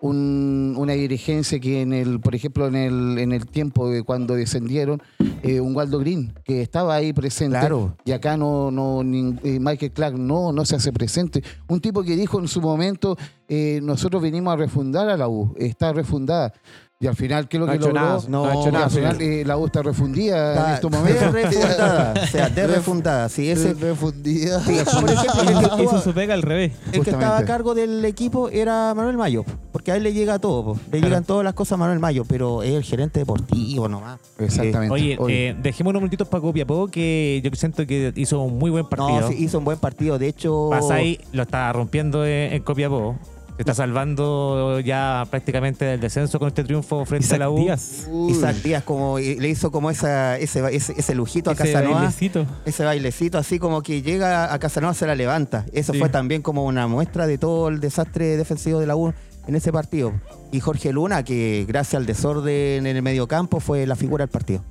C: un- una dirigencia que en el, por ejemplo, en el, en el tiempo de cuando descendieron, eh, un Waldo Green, que estaba ahí presente.
E: Claro.
C: Y acá no, no nin- eh, Michael Clark no, no se hace presente. Un tipo que dijo en su momento, eh, nosotros venimos a refundar a la U, está refundada. Y al final, ¿qué es lo
F: No ha
C: que
F: hecho
C: logró?
F: nada, no ha hecho
C: y
F: nada,
C: al final,
F: señor.
C: eh, la U está refundida en
E: Está
C: estos momentos.
E: derrefundada, o sea, derrefundada. Si ese,
B: Refundida.
E: eh, por ejemplo, el que,
D: Hizo
E: estaba,
D: su pega al revés.
E: el que estaba a
C: Justamente.
E: cargo del equipo era Manuel Mayo, porque a él le llega todo, po. le llegan todas las cosas a Manuel Mayo, pero es el gerente deportivo nomás.
C: Exactamente.
A: Oye,
C: Oye,
A: eh, dejemos unos minutitos para Copiapó, que yo siento que hizo
E: Eh,
A: un muy buen partido.
E: No, sí, hizo un buen partido, de hecho,
A: Pasai lo estaba rompiendo en, en Copiapó. Se está salvando ya prácticamente del descenso con este triunfo frente a
D: Isaac
A: la U.
D: Díaz.
E: Isaac Díaz como, y le hizo como esa, ese, ba- ese, ese lujito a
D: Ese
E: Casanova.
D: bailecito.
E: Ese bailecito así como que llega a Casanova se la levanta. Eso
D: Sí.
E: fue también como una muestra de todo el desastre defensivo de la U en ese partido. Y Jorge Luna, que gracias al desorden en el mediocampo fue la figura del partido.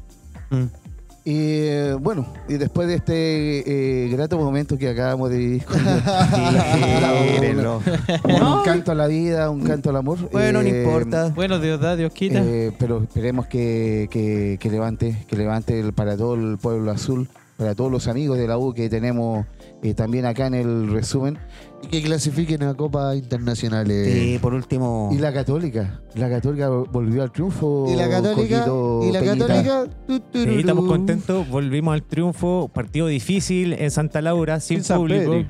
C: Y eh, bueno, y después de este eh, grato momento que acabamos de vivir con
E: Mírenlo.
C: un canto a la vida, un canto al amor.
E: Bueno, no
C: eh,
E: importa.
D: Bueno, Dios da, Dios quita.
C: eh, pero esperemos que, que- que levante, que levante el- para todo el pueblo azul, para todos los amigos de la U que tenemos eh, también acá en el resumen.
B: Y que clasifiquen a Copa eh. Internacionales.
E: Eh, Y por último,
C: Y la católica, la católica volvió al triunfo.
B: Y la Católica.
C: Coquito
B: Y la
C: Peñita.
B: Católica. tu,
A: Sí,
B: tururú.
A: estamos contentos, volvimos al triunfo, partido difícil en Santa Laura, sin,
F: Sin San
A: público,
F: Pedri.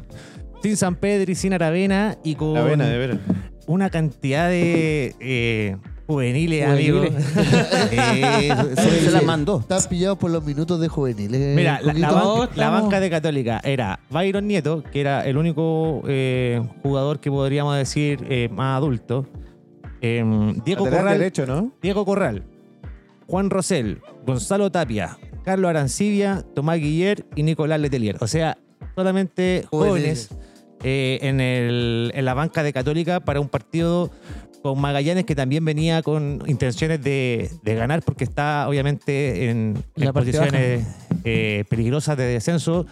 A: sin San Pedro y sin Aravena y con
F: La vena, de veras.
A: una cantidad de eh, juveniles, amigos.
E: eh, se, se la mandó.
B: Están pillados por los minutos de juveniles. ¿eh?
A: Mira, la, la
B: Coquito.
A: banca,
D: No,
A: la
D: estamos-
A: banca de Católica era Byron Nieto, que era el único eh, jugador que podríamos decir eh, más adulto. eh, Diego
F: Lateral
A: Corral,
F: derecho, ¿no?
A: Diego Corral, Juan Rosell, Gonzalo Tapia, Carlos Arancibia, Tomás Guiller y Nicolás Letelier. O sea, solamente jóvenes
B: Jóvenes.
A: eh, en, el- en la banca de Católica para un partido con Magallanes que también venía con intenciones de, de ganar porque está obviamente en, en
D: La parte
A: posiciones eh, peligrosas de descenso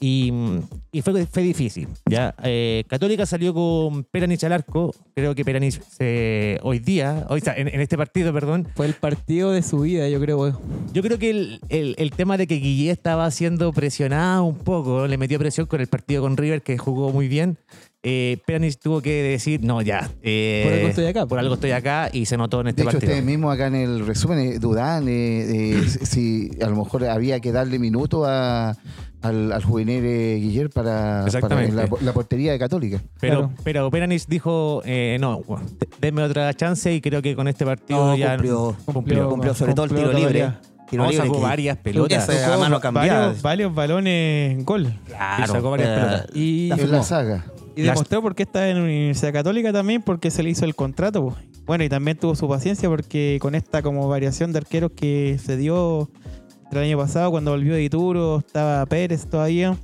A: y, mm, y fue, fue difícil. ¿ya? Eh, Católica salió con Peranich al arco. Creo que Peranich eh, hoy día, hoy, está- en, en este partido, perdón,
D: Fue el partido de su vida, yo creo. weón.
A: yo creo que el, el- el tema de que Guillé estaba siendo presionado un poco, le metió presión con el partido con River, que jugó muy bien. Eh, Pjanic tuvo que decir, no, ya. eh,
D: Por algo estoy acá.
A: Por algo estoy acá y se notó en este
C: De hecho,
A: partido.
C: ustedes mismos acá en el resumen eh, dudan eh, eh, si si a lo mejor había que darle minuto a- al, al juvenil eh, Guiller para, para
A: Exactamente.
C: la, la portería de Católica.
A: pero
D: claro.
A: pero Pjanic dijo, eh, no, bueno, de- denme otra chance y creo que con este partido
E: No,
A: ya
E: cumplió,
A: cumplió.
E: Cumplió sobre todo el
D: Cumplió
E: tiro libre.
D: todavía.
E: Tiro
A: No,
E: libre
A: sacó
E: que-
A: varias pelotas.
E: Eso es a mano cambiada.
D: Varios, varios balones gol.
A: Y
E: Claro,
A: sacó varias
E: eh,
A: pelotas.
D: Y,
E: La
C: En la saga.
D: y
A: las-
D: demostró por qué está en Universidad Católica también, porque se le hizo el contrato. po. Bueno, y también tuvo su paciencia porque con esta como variación de arqueros que se dio el año pasado, cuando volvió de Ituro, estaba Pérez todavía.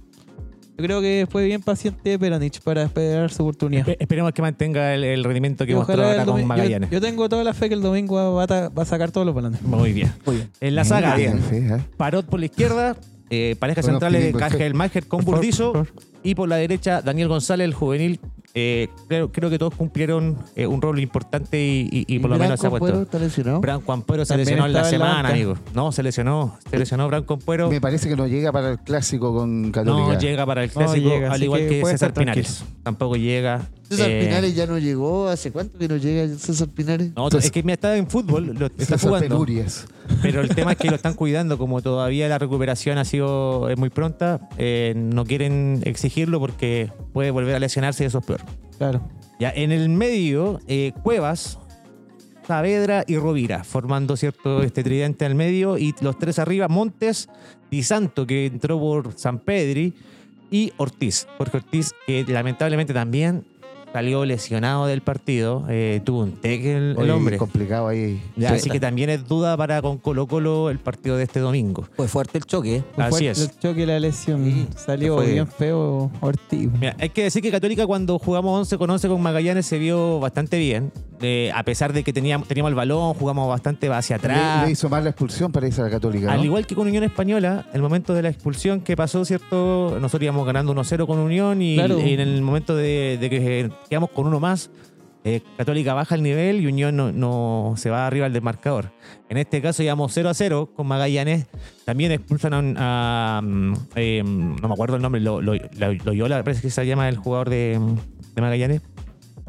D: Yo creo que fue bien paciente Peranich para esperar su oportunidad.
A: Espe- Esperemos que mantenga el, el rendimiento que
D: Y
A: mostró
D: ojalá el
A: ahora con
D: domingo- yo,
A: Magallanes.
D: yo tengo toda la fe que el domingo va a, ta- va a sacar todos los balones.
A: Muy bien. En la saga,
C: Bien, bien, eh.
A: Parot por la izquierda, eh, pareja
C: Bueno,
A: central de
C: Pilingo,
A: Cajel Majer con
D: Por favor,
A: Burdizo
D: por
A: y por la derecha Daniel González, el juvenil. Eh, creo, creo que todos cumplieron eh, un rol importante y, y- y por lo
B: Branco
A: menos se ha
B: Cuero
A: puesto.
B: está lesionado.
A: Branco Ampuero se
D: También
A: lesionó en la
D: estaba en la
A: semana,
D: banca.
A: amigo. No, se lesionó. Se lesionó Branco Ampuero.
C: Me parece que no llega para el clásico con Católica.
A: No llega para el
D: No
A: clásico,
D: llega,
A: al
D: así
A: igual
D: que
A: que,
D: puede
A: César
D: estar tranquilo.
A: Pinares. Tampoco llega.
B: César
A: Eh,
B: Pinares ya no llegó. ¿Hace cuánto que no llega César Pinares?
A: No, es que mira, está en fútbol, lo está
C: Esas
A: jugando.
C: penurias.
A: Pero el tema es que lo están cuidando, como todavía la recuperación ha sido es muy pronta, eh, no quieren exigirlo porque puede volver a lesionarse y eso es peor.
D: Claro.
A: Ya en el medio, eh, Cuevas, Saavedra y Rovira, formando cierto este tridente al medio, y los tres arriba, Montes, Di Santo, que entró por San Pedri, y Ortiz, Jorge Ortiz, que lamentablemente también salió lesionado del partido, eh, tuvo un teque el, el
C: Oye,
A: hombre.
C: Complicado ahí.
A: Ya, así que también es duda para con Colo Colo el partido de este domingo.
E: Fue fuerte el choque. ¿eh?
D: Fue
A: Así
D: fuerte
A: es.
D: El choque y la lesión salió
E: fue-
D: bien feo Ortiz.
A: Mira, hay que decir que Católica cuando jugamos 11 con 11 con Magallanes se vio bastante bien. Eh, a pesar de que teníamos, teníamos el balón, jugamos bastante hacia
C: Le,
A: atrás.
C: le hizo mal la expulsión, parece, a la Católica.
A: Al
C: ¿no?
A: igual que con Unión Española, el momento de la expulsión que pasó, ¿cierto? Nosotros íbamos ganando 1-0 con Unión y,
D: Claro.
A: y en el momento de, de que quedamos con uno más, eh, Católica baja el nivel y Unión no, no se va arriba al desmarcador. En este caso íbamos 0-0 con Magallanes. También expulsan a... un- a, mm, eh, no me acuerdo el nombre, lo, lo- lo- Loyola, parece que se llama el jugador de, de Magallanes.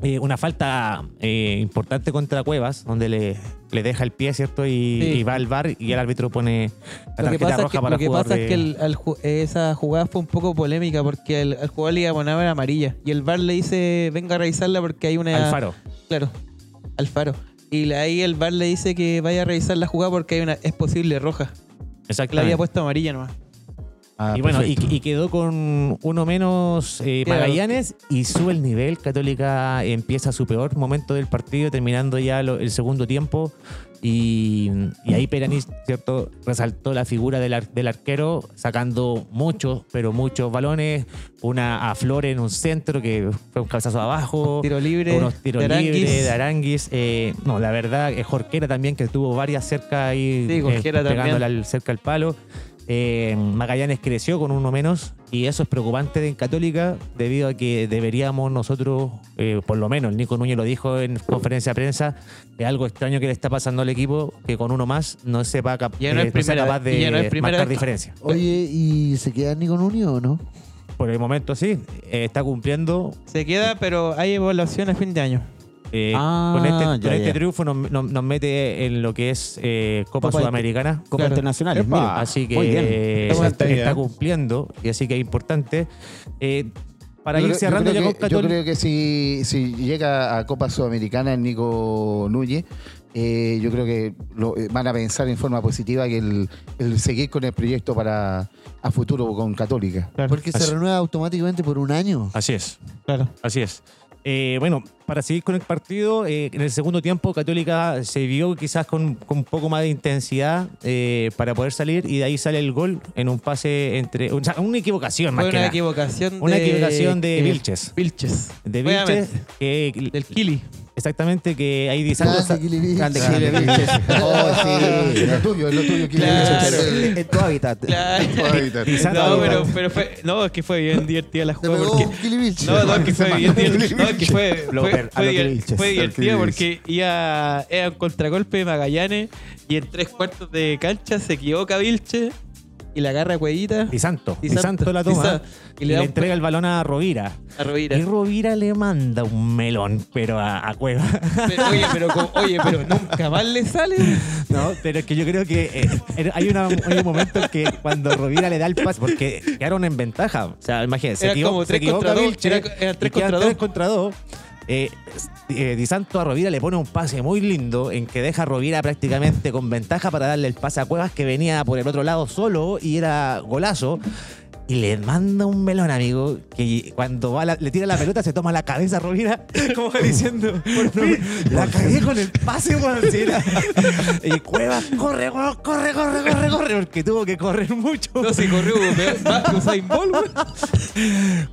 A: Eh, una falta eh, importante contra Cuevas, donde le, le deja el pie, ¿cierto? Y,
D: Sí.
A: y va al bar y el árbitro pone la
D: Lo que
A: tarjeta
D: pasa, es
A: roja
D: que,
A: para
D: lo que
A: jugar
D: pasa
A: de-
D: es que el- al ju- esa jugada fue un poco polémica porque al, al jugador le iba a poner una amarilla y el VAR le dice venga a revisarla porque hay una...
A: Alfaro.
D: Claro, Alfaro. Y la- ahí el VAR le dice que vaya a revisar la jugada porque hay una es posible roja. Le había
A: Exactamente.
D: puesto amarilla nomás.
C: Ah,
A: y bueno, y,
C: perfecto.
A: y quedó con uno menos eh,
D: Claro.
A: Magallanes y sube el nivel. Católica empieza su peor momento del partido, terminando ya lo- el segundo tiempo. Y, y ahí Peranis, ¿cierto? Resaltó la figura del, ar- del arquero, sacando muchos, pero muchos balones. Una a Flores en un centro que fue un cabezazo abajo.
D: Tiro libre.
A: Oh, Unos tiros
D: de Aranguis.
A: libres de Aranguis. eh, no, la verdad, es Jorquera también, que tuvo varias cerca ahí eh,
D: Sí, Jorquera también.
A: pegándole al- cerca al palo. Eh, Magallanes creció con uno menos y eso es preocupante en Católica debido a que deberíamos nosotros, eh, por lo menos, el Nico Núñez lo dijo en conferencia de prensa, es algo extraño que le está pasando al equipo que con uno más no sepa cap-
D: Ya no es
A: eh, sea
D: primera-
A: capaz
D: y
A: de
D: ya no es primera
A: marcar
D: vez.
A: diferencia.
B: Oye, ¿y se queda Nico Núñez o no?
A: Por el momento sí, eh, está cumpliendo
D: Se queda, pero hay evaluación a fin de año.
A: Eh,
E: Ah,
A: con este,
E: ya,
A: con este
E: ya.
A: triunfo nos, nos- nos mete en lo que es eh, Copa,
E: Copa
A: Sudamericana.
E: Copa
D: Claro.
E: Internacional.
F: Epa.
E: mira.
A: así que
E: Muy bien.
A: eh,
F: Esa
A: está,
F: está
A: está
F: bien.
A: cumpliendo y así que es importante. Eh, para
C: Yo
A: ir
C: creo- yo
A: cerrando ya
C: creo
A: con
C: que- Yo
A: Católica.
C: creo que si, si llega a Copa Sudamericana el Nico Núñez, eh, yo creo que lo- eh, van a pensar en forma positiva que el, el seguir con el proyecto para a futuro con Católica.
B: Porque se
A: Así-
B: renueva automáticamente por un año.
A: Así es.
D: Claro.
A: Así es. Eh, bueno, para seguir con el partido, eh, en el segundo tiempo Católica se vio quizás con, con un poco más de intensidad eh, para poder salir y de ahí sale el gol en un pase entre... O sea, una equivocación más
D: Fue
A: que
D: una
A: nada.
D: equivocación
A: Una
D: de...
A: equivocación de
D: eh,
A: Vilches.
D: Vilches.
A: De Vilches,
D: Obviamente.
A: que-
D: Del Kili.
A: Exactamente, que ahí dice algo-
B: Grande, Kilibicho.
E: Grande
B: Grande.
E: Kili Vilches.
C: Oh, sí, lo tuyo, lo tuyo. Kili
D: Claro.
C: Vilches.
E: En- En tu hábitat. eh,
A: Pisando
D: No, pero, pero fue, no, es que fue bien divertida la
B: Te
D: jugada
B: pegó
D: porque...
B: Kilibicho.
D: No, no, que fue bien divertido. No, que fue,
E: Lo
D: fue,
E: per- a
D: fue
E: lo
D: diver-
E: que dices,
D: fue
E: a lo que
D: divertido
E: dices.
D: porque iba, era un contragolpe de Magallanes y en tres cuartos de cancha se equivoca Vilche y la agarra a Cuevita
A: Di Santo.
D: Di
A: Di
D: Santo,
A: Santo la
D: Di
A: toma ¿eh?
D: Santo.
A: y le,
D: da un-
A: entrega el balón a Rovira.
D: a Rovira.
A: Y Rovira le manda un melón, pero a, a Cueva.
D: Pero, oye, pero, como- oye, pero nunca más le sale.
A: No, pero es que yo creo que eh, hay, una- hay un momento que cuando Rovira le da el pase, porque quedaron en ventaja. O sea, imagínense, se,
D: Era
A: equivo-
D: como
A: se
D: tres
A: equivoca
D: contra dos,
A: Vilche,
D: era- era tres
A: y quedan
D: contra
A: tres
D: dos.
A: contra dos. Eh, eh, Di Santo a Rovira le pone un pase muy lindo en que deja a Rovira prácticamente con ventaja para darle el pase a Cuevas que venía por el otro lado solo y era golazo. Y le manda un melón, amigo, que cuando va la- le tira la pelota se toma la cabeza a Rovira, como diciendo, por fin, la cagué con el pase, weón. sí, era- Y Cuevas, corre, weón, corre, corre, corre, corre, porque tuvo que correr mucho.
D: No, se corrió me- más que Usain Bolt, güey.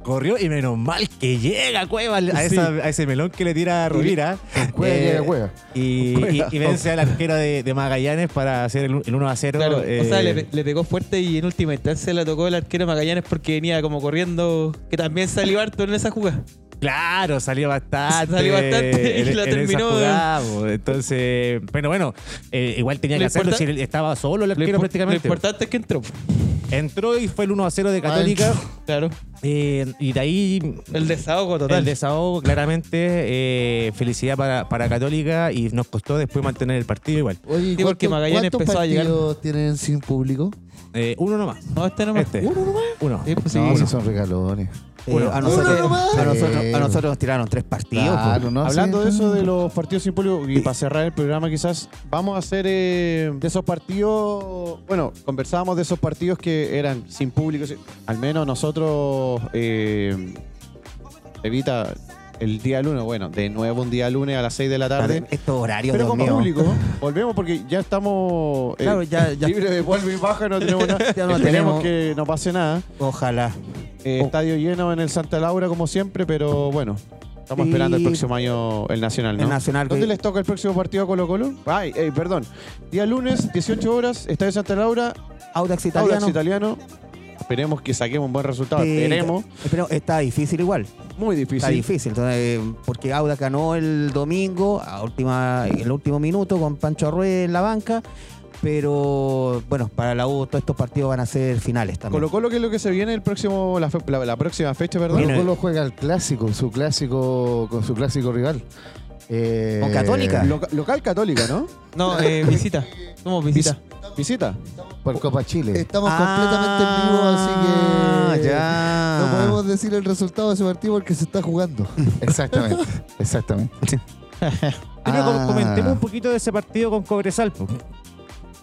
A: Corrió y menos mal que llega Cueva a, esa- a ese melón que le tira a Rovira. Eh,
C: Cueva llega Cueva.
A: Y,
C: Con Cueva.
A: y- y vence al arquero de, de Magallanes para hacer el, 1 a eh, 0.
D: Claro, o sea, le, pe- le pegó fuerte y en última instancia la tocó el arquero Magallanes porque venía como corriendo, que también salió harto en esa jugada.
A: Claro, salió bastante.
D: Salió bastante y la
A: esa
D: terminó.
A: jugada, po. Entonces, pero bueno, eh, igual tenía
D: Lo
A: que hacerlo
D: importa-
A: si él estaba solo el
D: Lo,
A: arquero
D: impor- lo
A: prácticamente.
D: importante es que entró.
A: Entró y fue el 1 a 0 de Católica.
D: Claro.
A: eh, y de ahí
D: El desahogo total.
A: El desahogo, claramente, eh, felicidad para, para Católica y nos costó después mantener el partido igual.
B: Oye,
D: Sí, porque
B: ¿cuánto-
D: Magallanes
B: ¿cuántos
D: empezó a llegar.
B: partidos tienen sin público?
A: Eh, uno nomás.
D: No, este nomás.
A: Este.
D: Uno nomás.
A: Uno.
D: Sí, pues sí.
C: No, si son regalones.
E: Eh, a, nosotros, a, nosotros, a nosotros nos tiraron tres partidos.
C: Claro,
E: po.
C: no, sí.
F: Hablando de eso, de los partidos sin público, y para cerrar el programa quizás, vamos a hacer eh, de esos partidos, bueno, conversábamos de esos partidos que eran sin público, sí. al menos nosotros, eh, evita el día lunes, bueno, de nuevo un día lunes a las 6 de la tarde,
E: Estos horarios,
F: pero
E: Dios
F: con
E: mío.
F: público, volvemos porque ya estamos eh,
E: Claro, ya- ya-
F: libres de polvo y baja, no tenemos nada,
E: Ya no
F: esperemos
E: tenemos.
F: que no pase nada.
E: Ojalá.
F: Eh, Estadio lleno en el Santa Laura, como siempre, pero bueno. Estamos
E: Sí.
F: esperando el próximo año el Nacional, ¿no?
E: El Nacional,
F: ¿Dónde
E: que-
F: les toca el próximo partido a Colo Colo? Ay, ey, perdón. Día lunes, 18 horas, Estadio Santa Laura,
E: Audax Italiano.
F: Audax Italiano. Esperemos que saquemos un buen resultado.
E: Sí,
F: Esperemos.
E: Pero está difícil igual.
F: Muy
E: Está
F: difícil.
E: difícil. Entonces, porque Audax ganó el domingo, a última, en el último minuto, con Pancho Arrué en la banca. Pero bueno, para la U todos estos partidos van a ser finales también.
F: Colo Colo, que es lo que se viene el próximo, la, fe- la- la próxima fecha, perdón.
E: Viene-
C: Colo Colo juega el clásico, su clásico, con su clásico rival. Eh,
E: Con Católica.
F: Loca- local católica, ¿no?
D: No, eh, visita. Somos visita.
F: Visita.
C: Por Copa Chile.
B: Estamos
D: Ah,
B: completamente en vivo, así que
E: Ah, ya.
B: no podemos decir el resultado de ese partido porque se está jugando.
C: Exactamente, exactamente.
A: Primero,
C: Ah.
A: com- comentemos un poquito de ese partido con Cobresal. po.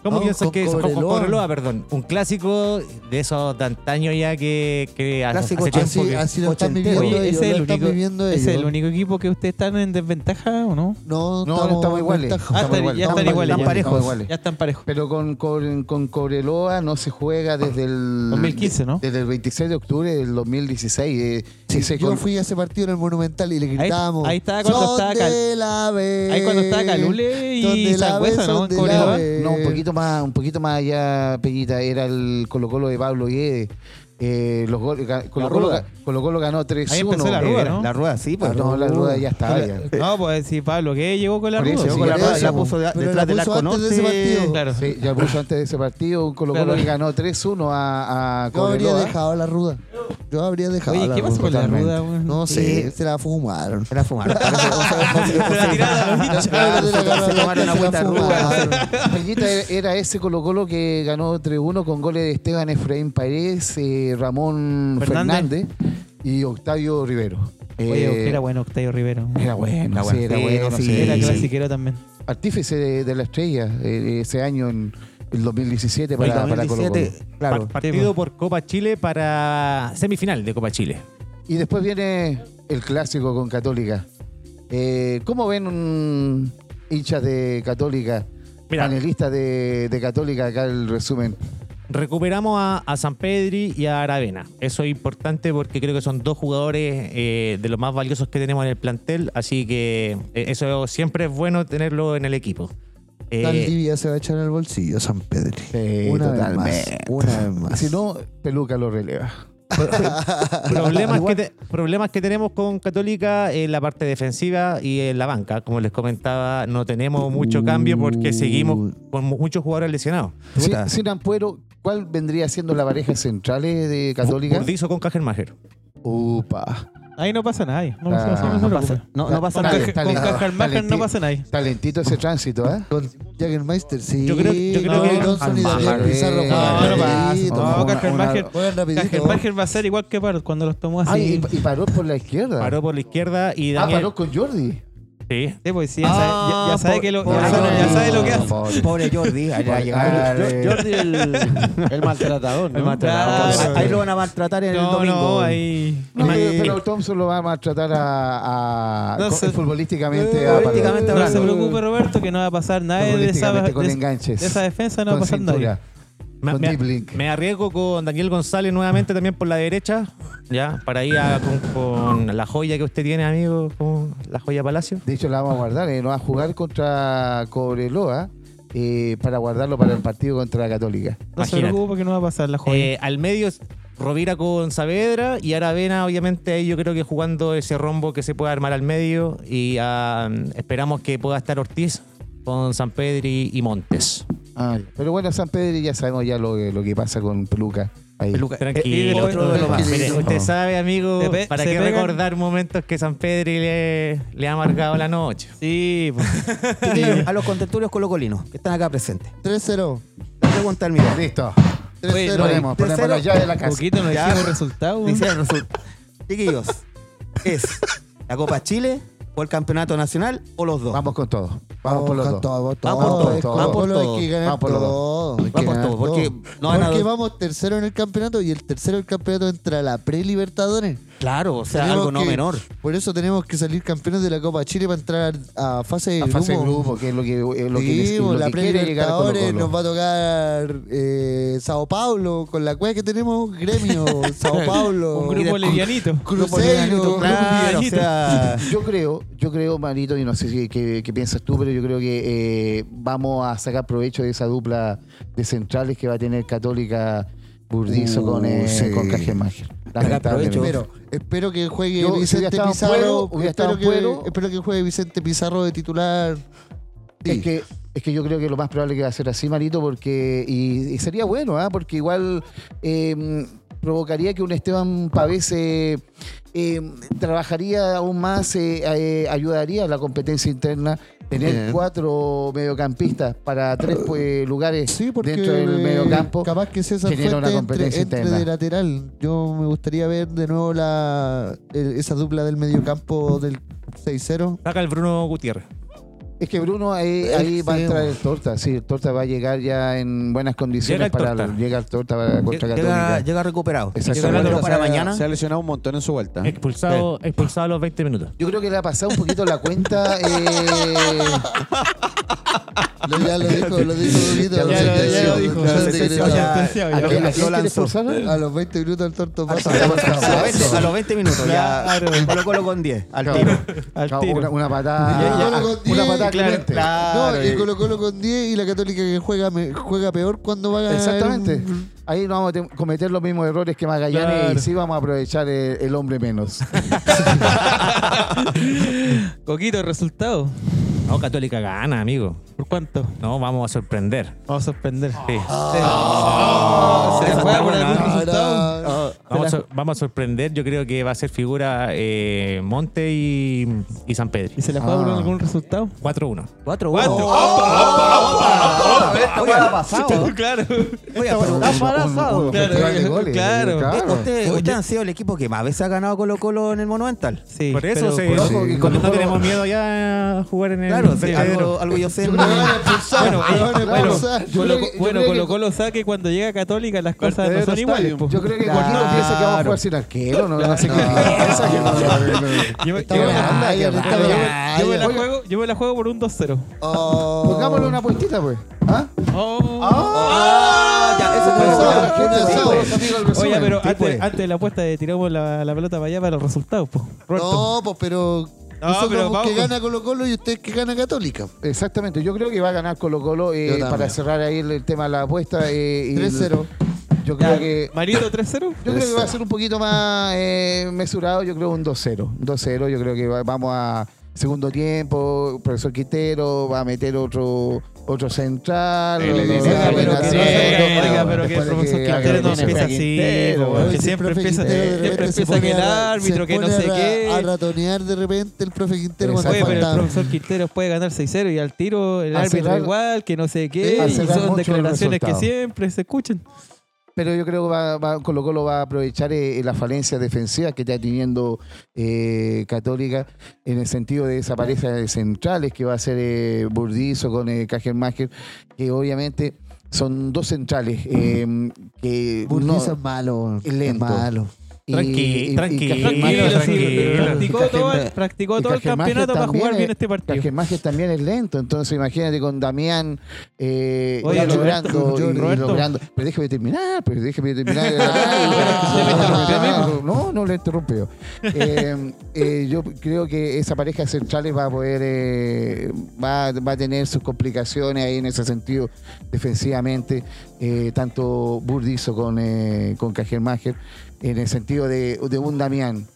A: ¿Cómo
B: No,
A: piensas
B: con
A: que es? Con- Con
B: Cobreloa.
A: Cobreloa, perdón. Un clásico de esos de antaño ya que, que hace
E: Clásico
A: hace tiempo
B: Así,
A: que-
B: así lo están
E: ochentero.
B: viviendo
D: Oye,
B: ellos.
D: ese es
B: lo
D: el
B: están
D: único-
B: viviendo
D: ¿Es
B: ellos.
D: el único equipo que ustedes están en desventaja o no?
B: No,
C: No,
B: estamos,
C: estamos iguales.
B: ventaja.
D: Ah,
C: Estamos
D: están-
C: iguales.
D: ya están
C: Estamos
D: iguales. ya.
C: parejos, iguales.
D: Ya están parejos.
C: Pero con, con, con Cobreloa no se juega desde el
D: 2015, ¿no?
C: Desde el 26 de octubre del 2016. eh,
B: Sí,
C: se
B: yo
C: con-
B: fui a ese partido en el Monumental y le gritábamos.
D: ahí estaba cuando
B: "Son
D: estaba Cal-
B: de la B,
D: Ahí cuando estaba Calule
B: son de
D: y
B: la B,
D: Sangüesa,
B: son
D: ¿no?
B: de
D: En
B: la
D: Cobreloa.
B: B".
C: No, un poquito más, un poquito más allá, Peñita, era el Colo Colo de Pablo Guedes. Eh, los goles- ga- Colo, Colo,
F: Ruda.
C: Colo Colo ganó 3-1.
D: Ahí empezó la
C: Eh,
D: Ruda,
E: Eh,
D: ¿no?
E: La rueda, sí, pues.
C: ah, no, la ruda ya estaba. ya.
D: No, pues si Pablo, ¿qué? Llegó con la
C: Por eso,
D: ruda.
C: llegó
D: sí.
C: con
E: la,
B: Por
E: rueda,
B: eso,
E: la puso de-
B: pero
E: detrás
B: la
E: de la
B: puso antes de ese
E: conoce.
B: partido.
D: Claro.
C: Sí, ya puso antes de ese partido, un Colo Colo
D: Claro.
C: que ganó 3-1 a, a
B: Yo habría
C: Cobreloa.
B: dejado la ruda. Yo habría dejado
D: Oye,
B: la
D: ¿qué
B: ruda.
D: pasa con la
C: totalmente.
D: ruda, weón?
B: No sé,
E: Eh,
B: se la fumaron.
E: Era fumar. Parece- o sea, o sea, o sea,
B: Claro, se la
E: se tomaron una agüita ruda.
B: fumaron.
C: Peñita era- era ese Colo Colo que ganó 3-1 con goles de Esteban Efraín Paredes, eh, Ramón
D: Fernández.
C: Fernández. y Octavio Rivero.
D: Oye,
C: Eh,
D: era bueno Octavio Rivero.
C: Era bueno,
E: Era
C: sí, era
E: bueno,
C: bueno,
E: sí,
C: sí,
D: Era
C: sí.
D: clasiquero también.
C: Artífice de, de la estrella eh, ese año en el 2017 para,
E: el
C: para Colo Colo.
E: 2017, claro.
A: Par- partido por Copa Chile para semifinal de Copa Chile.
C: Y después viene el clásico con Católica. Eh, ¿Cómo ven un hinchas de Católica,
A: Mira.
C: panelistas de, de Católica, acá el resumen?
A: Recuperamos a, a San Pedri y a Aravena. Eso es importante porque creo que son dos jugadores eh, de los más valiosos que tenemos en el plantel. Así que eh, eso siempre es bueno tenerlo en el equipo. Eh,
B: Taldivia se va a echar al bolsillo, San Pedri.
C: Sí,
B: una
C: totalmente.
B: vez más. Una vez más.
C: Si no, Peluca lo releva.
A: problemas, que te- problemas que tenemos con Católica en la parte defensiva y en la banca. Como les comentaba, no tenemos
C: Uh.
A: mucho cambio porque seguimos con mu- muchos jugadores lesionados.
C: Si-
E: Puta.
C: Sin Ampuero, ¿cuál vendría siendo la pareja central de Católica?
A: Burdizo con Cajelmajer.
C: Upa.
D: Ahí no pasa nada. ahí. No, no,
C: Ah,
D: no, no, no,
C: no
D: no
E: pasa-
D: pasa.
E: No, no pasa
D: Con,
E: nada.
C: Dale,
D: Caja-
C: dale,
D: con
C: dale.
D: Cajalmarca no
C: Dale,
D: pasa nada.
C: Talentito ese tránsito, ¿eh?
B: Con Jagermeister, sí.
A: Yo creo- yo creo
B: no,
A: que-
B: Johnson y Damián
E: Almagro.
B: Pizarro
C: Eh,
B: juegan
D: no, no pasa.
B: rapidito,
D: No,
B: juegan-
D: Cajelmacher-
B: juegan rapidito.
D: Cajelmacher va a ser igual que Parot cuando los tomó así.
C: Ay, Ah, y, y paró por la izquierda.
A: Paró por la izquierda y
C: ah,
A: Daniel.
C: paró con Jordi.
A: Sí.
D: Sí, pues sí, ya sabe, ya- ya
A: Ah,
D: sabe
A: por-
D: que lo,
E: por-
D: ya sabe- ya sabe lo que hace.
C: Pobre.
E: Pobre Jordi. Ahí va a llegar,
C: Ah,
E: eh,
G: Jordi el, el maltratador, ¿no?
E: el maltratado.
D: Claro.
E: Ahí lo van a maltratar el
D: No,
E: domingo.
D: no, ahí.
C: No,
A: Ima-
C: pero, pero Thompson lo va a tratar a, a-
D: No
C: con-
D: sé.
C: futbolísticamente a
E: Futbolísticamente
D: No se
E: hablando.
D: preocupe, Roberto, que no va a pasar nada de esa,
C: futbolísticamente
D: de,
C: con
D: de
C: enganches.
D: esa defensa, no va
C: con
D: a pasar nada.
C: cintura.
A: Me,
C: Con
A: me-
C: dribbling.
A: me arriesgo con Daniel González nuevamente también por la derecha, ya, para ir a- con, con la joya que usted tiene, amigo, con la joya Palacio.
C: De hecho, la vamos a guardar. eh, No va a jugar contra Cobreloa eh, para guardarlo para el partido contra la Católica.
D: No se
A: Imagínate.
D: preocupe que no va a pasar la joya.
A: Eh, al medio Rovira con Saavedra y Aravena, obviamente, ahí yo creo que jugando ese rombo que se puede armar al medio y ah, esperamos que pueda estar Ortiz con San Pedri y Montes.
B: Ah,
C: Pero bueno, San Pedro ya sabemos ya lo, que- lo que pasa con Peluca. Ahí.
A: Tranquilo.
D: Eh, y el otro de lo
C: más.
A: Mire, usted sabe, amigo,
D: Se pe-
A: para
D: se
A: qué
D: pegan.
A: recordar momentos que San Pedri le, le ha marcado la noche.
D: Sí, pues.
E: A los contentorios colocolinos que están acá presentes.
B: 3-0.
E: Pregunta al mío.
C: Listo.
B: 3-0.
C: Ponemos, ponemos la llave de la casa.
D: poquito nos hicimos resultados.
E: Dice el resultado. Chiquillos, ¿es la Copa Chile o el Campeonato Nacional o los dos?
C: Vamos con todo. Vamos por los
B: con
C: dos.
B: todo, con
E: Vamos
B: todo.
E: por todo,
B: Es
E: vamos por
B: Colo-Colo,
E: todo.
B: Hay que ganar
C: Vamos por los dos.
B: todo. hay que
E: Vamos por
B: ganar
E: todo, porque no van a-
B: Porque vamos tercero en el campeonato y el tercero del campeonato entra a la pre-Libertadores.
E: Claro, o sea,
B: Tenemos
E: algo no
B: que-
E: menor.
B: Por eso tenemos que salir campeones de la Copa Chile para entrar a fase de
C: A
B: grupo.
C: fase de grupo, que es lo que, es lo que,
B: Sí,
C: les-
B: bo,
C: lo
B: la
C: que quiere llegar Colo
B: pre-Libertadores
C: Colo.
B: nos va a tocar eh, Sao Paulo, con la cueva que tenemos, gremio, Sao
C: oh,
B: Paulo.
D: Un grupo levianito.
B: Cruzeiro,
E: Claro, o sea,
C: Yo creo, yo creo, Marito, y no sé si- qué, qué piensas tú, pero yo creo que eh, vamos a sacar provecho de esa dupla de centrales que va a tener Católica Burdizo
B: Uh,
C: con, eh,
B: sí.
C: con Cajemager. Lamentablemente.
B: Espero, espero que juegue
C: Yo, si hubiera
B: Vicente
C: estado en
B: Pizarro.
C: Pueblo,
B: espero,
C: hubiera estado en
B: que,
C: Pueblo.
B: espero que juegue Vicente Pizarro de titular.
C: Es que, es que yo creo que lo más probable que va a ser así, Marito, porque. Y, y sería bueno, ¿ah? Porque igual eh, provocaría que un Esteban Pavés eh, eh, trabajaría aún más, eh, eh, ayudaría a la competencia interna. Tener
B: Bien. Uh,
C: cuatro mediocampistas para tres pues, lugares
B: Sí, porque
C: dentro del
B: eh,
C: mediocampo.
B: capaz que César
C: genera una
B: Fuentes entre,
C: competencia
B: entre
C: interna.
B: de lateral. Yo me gustaría ver de nuevo la el- esa dupla del mediocampo del 6-0.
A: Saca el Bruno Gutiérrez.
C: Es que Bruno ahí, ahí va a
B: sí,
C: entrar
B: bueno.
C: el torta, sí, el torta va a llegar ya en buenas condiciones
A: Llega el
C: para
A: Torta.
C: llega el torta para contra
E: Llega,
C: Católica.
E: llega recuperado.
C: Exacto.
E: Llega recuperado para mañana.
F: Se ha lesionado un montón en su vuelta.
A: Expulsado, expulsado a los 20 minutos.
C: Yo creo que le ha pasado un poquito la cuenta. eh,
B: Lo, ya lo dijo, lo dijo Brunito. la
C: Ya lo- ya lo
B: sentencia,
C: dijo,
B: la
C: la
B: sentencia.
E: sentencia.
C: ¿A
E: Lo-
C: quién-
E: lo
C: a quién quieres
E: lanzó.
C: forzar?
B: A los 20 minutos el torto pasa.
E: A los 20, a los 20 minutos ya. Colo Colo con 10. Al
C: Claro.
E: tiro.
D: Al
C: Claro,
D: tiro.
C: Una, una patada.
B: Colo-Colo con
C: una
B: 10, claro,
C: patada clemente.
B: No, y Colo Colo con 10 y la Católica que juega, me- juega peor cuando va a ganar.
C: Exactamente. Ahí no vamos a te- cometer los mismos errores que Magallanes
D: Claro.
C: y sí vamos a aprovechar el, el hombre menos.
D: Coquito, el resultado.
A: No, Católica gana, amigo.
D: ¿Por cuánto?
A: No, vamos a sorprender.
D: Vamos a sorprender.
A: Sí.
D: ¿Se
A: esa
D: juega
A: está
D: por
A: buena.
D: algún resultado?
C: Ah,
A: Vamos, a, vamos a sorprender. Yo creo que va a ser figura eh, Monte y, y San Pedro.
D: ¿Y se la juega
C: Ah.
D: por algún resultado?
A: 4-1.
E: 4 1 Oye,
C: Ah,
E: pasado.
D: Claro.
E: Oye, pero está
C: Un
E: pasado.
C: festival de goles.
D: Claro.
E: Ustedes ustedes han sido el equipo que más veces ha ganado Colo Colo en el Monumental.
D: Sí,
A: Por eso
D: pero
A: se-
D: por-
C: ojo, que
A: no
C: Colo-Colo-
A: tenemos miedo ya a jugar en el
E: Claro, sí,
A: vertedero.
E: algo, algo yo sé.
B: Me van a expulsar,
D: Bueno,
B: me van a
C: bueno,
B: expulsar.
C: Yo
D: Colo-
C: creo que- yo
D: bueno,
C: creo
D: Colo
C: que-
D: Colo sabe que cuando llega Católica las cosas no
F: Vertedero
D: son iguales.
F: Stadium.
D: po.
C: Yo creo que cualquiera
E: Claro.
C: piensa que vamos a jugar sin arquero, no, no sé qué piensa que vamos a jugar.
D: Yo me-
C: Qué
D: yo me-
C: banda,
B: Ay,
C: qué
B: ahorita
C: banda.
B: me-
D: yo- yo me la
C: Oiga,
D: juego- Yo me la juego por un 2-0.
B: Oh.
C: Pongámosle una puestita, pues. ¿Ah?
E: Ah, Ya, eso fue
B: Eso,
E: todo.
B: Ah, un asado.
D: Oye, pero antes,
E: pues.
D: antes de la apuesta de tiramos la, la pelota para allá para los resultados, po. Roberto.
B: No, pues pero.
D: No,
B: nosotros
D: pero
B: vamos que
D: vamos.
B: gana Colo Colo y ustedes que gana Católica.
C: Exactamente, yo creo que va a ganar Colo Colo eh,
B: Yo también.
C: para cerrar ahí el, el tema de la apuesta. eh, y-
B: 3-0.
C: Yo
D: Ya,
C: creo que
D: Marito 3-0.
C: Yo creo que va a ser un poquito más eh, mesurado, yo creo un 2-0. 2-0, yo creo que va- vamos a segundo tiempo, profesor Quintero va a meter otro otro central.
F: El- el-
C: otro-
B: Oiga, pero
C: otro-
B: que- oiga,
C: otro- otro-
B: oiga,
D: pero que el
C: después de
D: profesor
C: haga
D: Quintero no
C: otro
D: empieza
C: central.
D: así,
C: Quintero,
D: po,
C: weón.
D: que
B: Ese
D: siempre
B: profe
D: empieza-
B: Quintero de
D: siempre
B: repente se
D: empieza que
B: pone a-
D: el árbitro,
B: se
D: que no
B: pone
D: sé
B: a ra-
D: qué.
B: A ratonear de repente el profe Quintero cuando
D: Oye, pero el
B: falta.
D: profesor Quintero puede ganar 6-0 y al tiro el
C: A
D: árbitro
C: cerrar-
D: igual, que no sé qué.
C: Sí, a
D: y
C: cerrar
D: son
C: mucho el
D: declaraciones que
C: resultado.
D: siempre se escuchan.
C: Pero yo creo que va, va- Colo Colo va a aprovechar eh, la falencia defensiva que está teniendo eh, Católica en el sentido de esa pareja de centrales que va a ser eh, Burdizo con eh, Kajelmacher, que obviamente son dos centrales eh, que
B: Burdizo
C: no-
B: es malo.
C: es lento.
B: Es malo.
C: y-
A: Tranqui-
C: y- y
A: tranquilo,
C: Cajelmacher-
D: Tranquilo,
A: Tranquilo,
D: sí,
A: tranquilo.
D: practicó todo, el-
C: Cajelmacher-
D: practicó
C: y
D: todo el
C: Cajelmacher
D: campeonato para
C: también
D: jugar
C: es-
D: bien este partido.
C: Cajelmacher también es lento, entonces imagínate con Damián eh,
D: Oye,
C: y
D: Roberto,
C: logrando, y
D: Roberto.
C: logrando. Pero déjame terminar, pero déjame terminar. Ay,
D: Ah, me interrumpió a mí,
C: no, no le interrumpió. Eh, eh, yo creo que esa pareja de centrales va a poder, eh, va, va a tener sus complicaciones ahí en ese sentido defensivamente, eh, tanto Burdizo con, eh, con Cajelmacher, en el sentido de, de un Damián,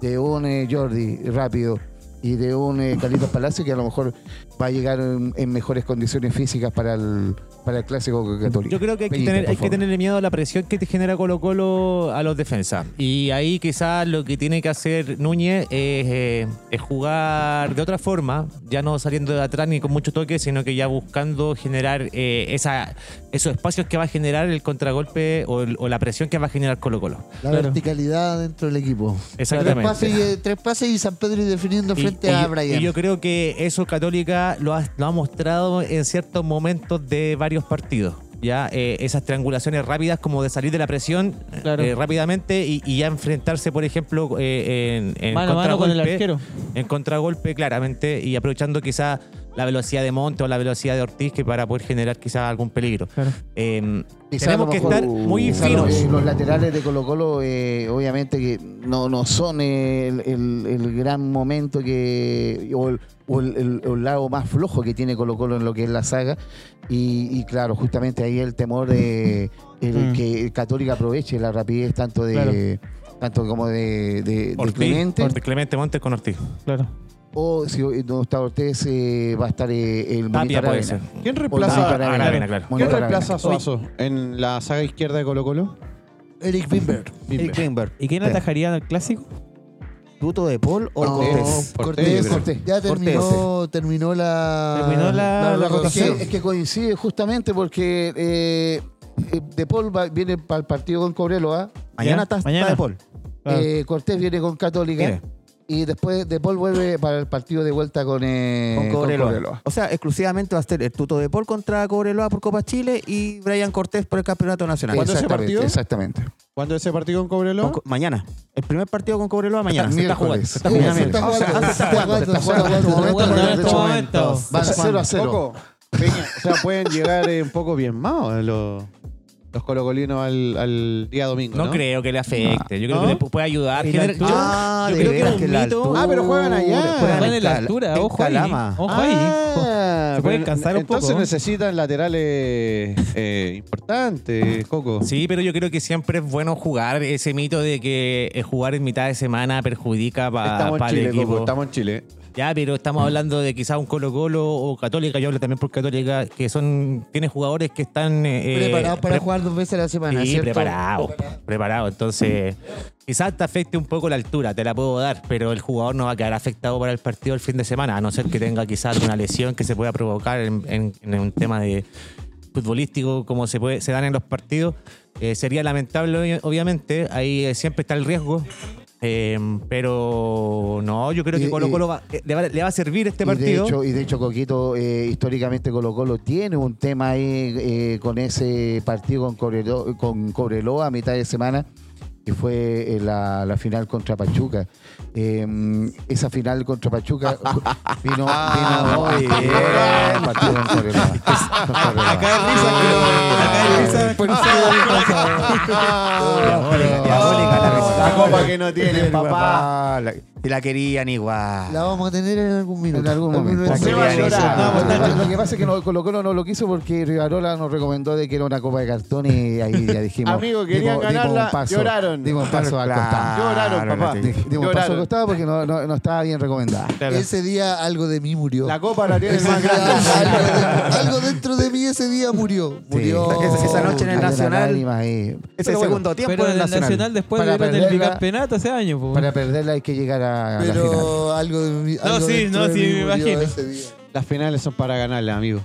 C: de un eh, Jordi rápido y de un eh, Carlitos Palacio que a lo mejor va a llegar en, en mejores condiciones físicas para el, para el clásico católico.
A: Yo creo que hay que,
C: Peñita,
A: tener,
C: por
A: hay que
C: favor.
A: tenerle miedo a la presión que te genera Colo Colo a los defensas. Y ahí quizás lo que tiene que hacer Núñez es, eh, es jugar de otra forma, ya no saliendo de atrás ni con mucho toque, sino que ya buscando generar eh, esa, esos espacios que va a generar el contragolpe o, el- o la presión que va a generar Colo Colo.
B: La
D: Claro.
B: verticalidad dentro del equipo. Tres
A: Exactamente.
B: pases, y, eh, tres pases y San Pedro y definiendo
A: Y-
B: frente
A: y
B: a
A: yo-
B: Brian.
A: Y yo creo que eso Católica lo ha, lo ha mostrado en ciertos momentos de varios partidos. Ya Eh, esas triangulaciones rápidas como de salir de la presión
D: Claro.
A: eh, rápidamente y, y ya enfrentarse, por ejemplo, eh, en, en
D: Mano a mano con el
A: contragolpe.
D: arquero.
A: En contragolpe, claramente, y aprovechando quizá la velocidad de Monte o la velocidad de Ortiz que para poder generar quizá algún peligro.
D: Claro.
A: Eh,
C: Quizá a
A: tenemos
C: lo
A: que
C: mejor,
A: estar
C: uh,
A: muy
C: quizá los-
A: finos.
C: eh, Los, laterales de Colo Colo, eh, obviamente que no, no son el, el- el gran momento que o el, o el- el- el lado más flojo que tiene Colo Colo en lo que es la saga. Y, y claro, justamente ahí el temor de el
D: Mm.
C: que el Católica aproveche la rapidez tanto de... Tanto como de, de- de
A: Ortiz,
C: Clemente,
A: Ortiz, Clemente Montes con Ortiz.
D: Claro.
C: o si no está Ortiz, eh, va a estar eh, el
A: Tapia
C: Monitor
A: puede
C: Arana.
A: ser.
F: ¿Quién
C: Monitor
F: reemplaza,
C: Arana,
A: Arana, claro.
F: ¿quién
C: Monitor
F: reemplaza
C: Arana.
F: a Suazo en la saga izquierda de Colo Colo?
B: Eric Bimber.
E: Eric Greenberg.
D: ¿Y quién atajaría en el clásico?
E: ¿Tuto de Paul o
B: No,
C: Cortés,
E: Cortés?
F: Cortés.
C: Cortés.
B: Ya terminó, terminó la.
D: Terminó la- la
C: Es
D: rotación.
C: que,
B: rotación.
C: es que coincide justamente porque eh, eh, De Paul va- viene para el partido con ¿ah? Cobreloa,
E: Mañana
D: Ya,
E: está, está
D: mañana.
E: de Paul.
D: Claro.
C: eh, Cortés eh, viene con Católica,
E: Ah. Mire.
C: Y después De Paul vuelve para el partido de vuelta con, eh,
E: con Cobreloa.
C: Cobreloa.
E: O sea, exclusivamente va a ser el Tuto de Paul contra Cobreloa por Copa Chile y Brian Cortés por el Campeonato Nacional.
F: ¿Cuándo se
C: Exactamente,
F: partió?
C: Exactamente.
F: ¿Cuándo ese partido con
E: Con
F: Cobreloa?
E: Co- mañana. El primer partido con Cobreloa mañana. Se está jugando.
C: Miércoles.
E: Se está jugando.
C: Se está
F: Ah,
E: Ahora,
C: jugando,
E: ahora se
C: se está
E: está jugando.
C: jugando, se está jugando
D: jugando,
C: en
D: en
C: este
D: este
C: momento.
D: momento.
C: Van 0 a 0.
F: Poco. Peña, o sea, pueden llegar eh, un poco bien más los, los colocolinos al, al día domingo.
A: No,
F: No,
A: creo que le afecte. Yo creo
F: ¿No?
A: que le pu- puede ayudar.
E: Mira,
A: Gener- yo-
E: ah,
A: yo
E: de
A: creo que
E: veras
A: es un
E: la
A: mito.
E: altura.
F: Ah, pero juegan allá.
D: Juegan en la
E: Cal-
D: altura,
E: en
D: ojo ahí.
E: Calama.
D: Ojo ahí.
F: Ah,
D: Se pueden
F: pero
D: cansar un
F: entonces
D: poco.
F: necesitan laterales eh, importantes, Coco.
A: Sí, pero yo creo que siempre es bueno jugar ese mito de que eh, jugar en mitad de semana perjudica para
F: estamos en
A: el
F: Chile,
A: equipo.
F: Coco, estamos en Chile.
A: Ya, pero estamos hablando de quizás un Colo Colo o Católica, yo hablo también por Católica, que son tiene jugadores que están eh,
B: Preparados para
A: pre-
B: jugar dos veces a la semana,
A: Sí,
B: ¿cierto?
A: preparado, preparado. Entonces, quizás te afecte un poco la altura, te la puedo dar, pero el jugador no va a quedar afectado para el partido el fin de semana, a no ser que tenga quizás una lesión que se pueda provocar en, en- en un tema de futbolístico como se puede se dan en los partidos. Eh, sería lamentable, obvia- obviamente, ahí eh, siempre está el riesgo. Eh, pero no, yo creo
C: Y-
A: que
C: y-
A: Colo Colo va- eh, le, va, le va a servir este
C: Y de,
A: partido.
C: hecho, y de hecho, Coquito, eh, históricamente Colo Colo tiene un tema ahí eh, con ese partido con Cobreloa, con Cobreloa a mitad de semana, que fue eh, la, la final contra Pachuca. Eh, esa final contra Pachuca vino, vino
E: muy
C: vino
E: bien.
C: el partido con Cobreloa. Con Cobreloa.
D: Acá en
F: Ah,
E: Diabólica, diabólica la risa.
F: La copa que no tienen, papá.
E: Ah, la- Si la querían igual.
B: La vamos a tener en algún minuto.
C: En algún momento.
B: momento.
E: Se va a llorar.
C: Lo que pasa- Lo que pasa es que no, Colo Colo no lo quiso porque Rivarola nos recomendó de que era una copa de cartón y ahí ya dijimos.
F: Amigo, querían
C: dimos- dimos un
F: ganarla,
C: paso-
F: lloraron.
C: Dimos un paso al
E: Claro,
C: costado.
F: Lloraron, papá.
E: la-
C: Dij- Dimos un paso al
F: Lloraron.
C: costado porque no, no, no estaba bien recomendada.
B: Ese día algo de mí murió.
F: La copa la tienen
B: Ese
F: más
B: día
F: grande.
B: algo, de- algo dentro de mí ese día murió. Murió.
E: Esa- esa noche en el
C: Hay una
E: Nacional-
C: lágrima ahí.
E: Ese
C: Pero bueno,
E: segundo tiempo
D: Pero
E: del
D: el
E: Nacional.
D: Nacional después
C: Para
D: de del
C: perderla-
D: bicampeonato hace años, po.
C: Para perderla hay que llegar a la final.
B: Pero algo de mí. algo
D: sí,
B: dentro
D: no,
B: de
D: sí,
B: mí
D: me
B: murió
D: imagino.
B: ese día.
F: Las finales son para ganarla, amigo.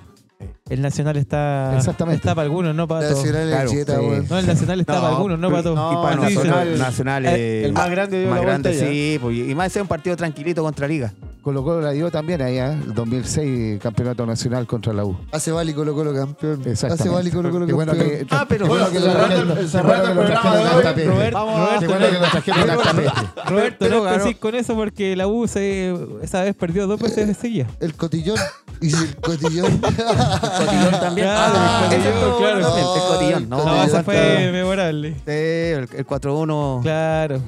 D: El Nacional está.
C: Exactamente.
D: Está para algunos, no para todos.
B: Nacional
E: Claro,
B: en Cheta,
E: sí.
B: weón.
D: No, el Nacional está
E: No,
D: para algunos, no para todos.
E: Y para
F: No,
D: Así dice.
F: Ah,
E: nosotros,
F: Nacional-
E: Nacional
F: Eh,
E: es-
F: el más grande dio
E: más
F: la
E: grande,
F: vuelta ya. Ah,
E: sí. pues, y y más ese es un partido tranquilito contra Liga.
C: Colo Colo la dio también allá, el 2006, campeonato nacional contra la U.
B: Hace Vali Colo Colo campeón.
C: Exactamente.
B: Hace Vali Colo Colo
C: Qué bueno
B: campeón.
C: que-
E: Ah, pero
C: Bueno, que lo trajeron-
F: cerrando el-
C: qué
F: cerrando
C: bueno que
F: el
C: lo
F: programa
C: trajeron
F: de hoy,
C: al tapete.
F: Roberto,
C: Qué bueno que lo trajeron al tapete.
D: Roberto,
E: Pero
D: no
E: ganó.
D: empecéis con eso porque la U se, esa vez perdió dos veces de seguida.
B: El cotillón. Y si el cotillón.
E: Cotillón también.
D: Ah,
E: ese
D: Cotillón, claro.
E: estuvo bueno también, El
B: No,
E: Cotillón, ¿no?
D: No,
B: Cotillón
D: esa fue
B: está-
D: memorable.
E: Sí, el, el 4-1.
D: Claro.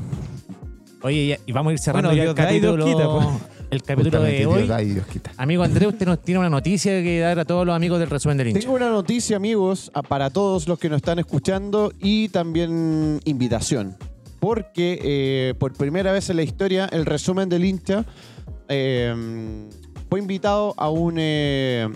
A: Oye, ya- y vamos a ir cerrando
D: Bueno,
A: ya el
D: Dios da y Dios
A: capítulo,
D: quita,
A: el capítulo de
C: Justamente,
A: hoy.
C: Dios da y Dios quita.
A: Amigo Andrés, usted nos tiene una noticia que dar a todos los amigos del resumen del hincha.
F: Tengo una noticia, amigos, a- para todos los que nos están escuchando y también invitación. Porque eh, por primera vez en la historia, el resumen del hincha eh, fue invitado a un, eh,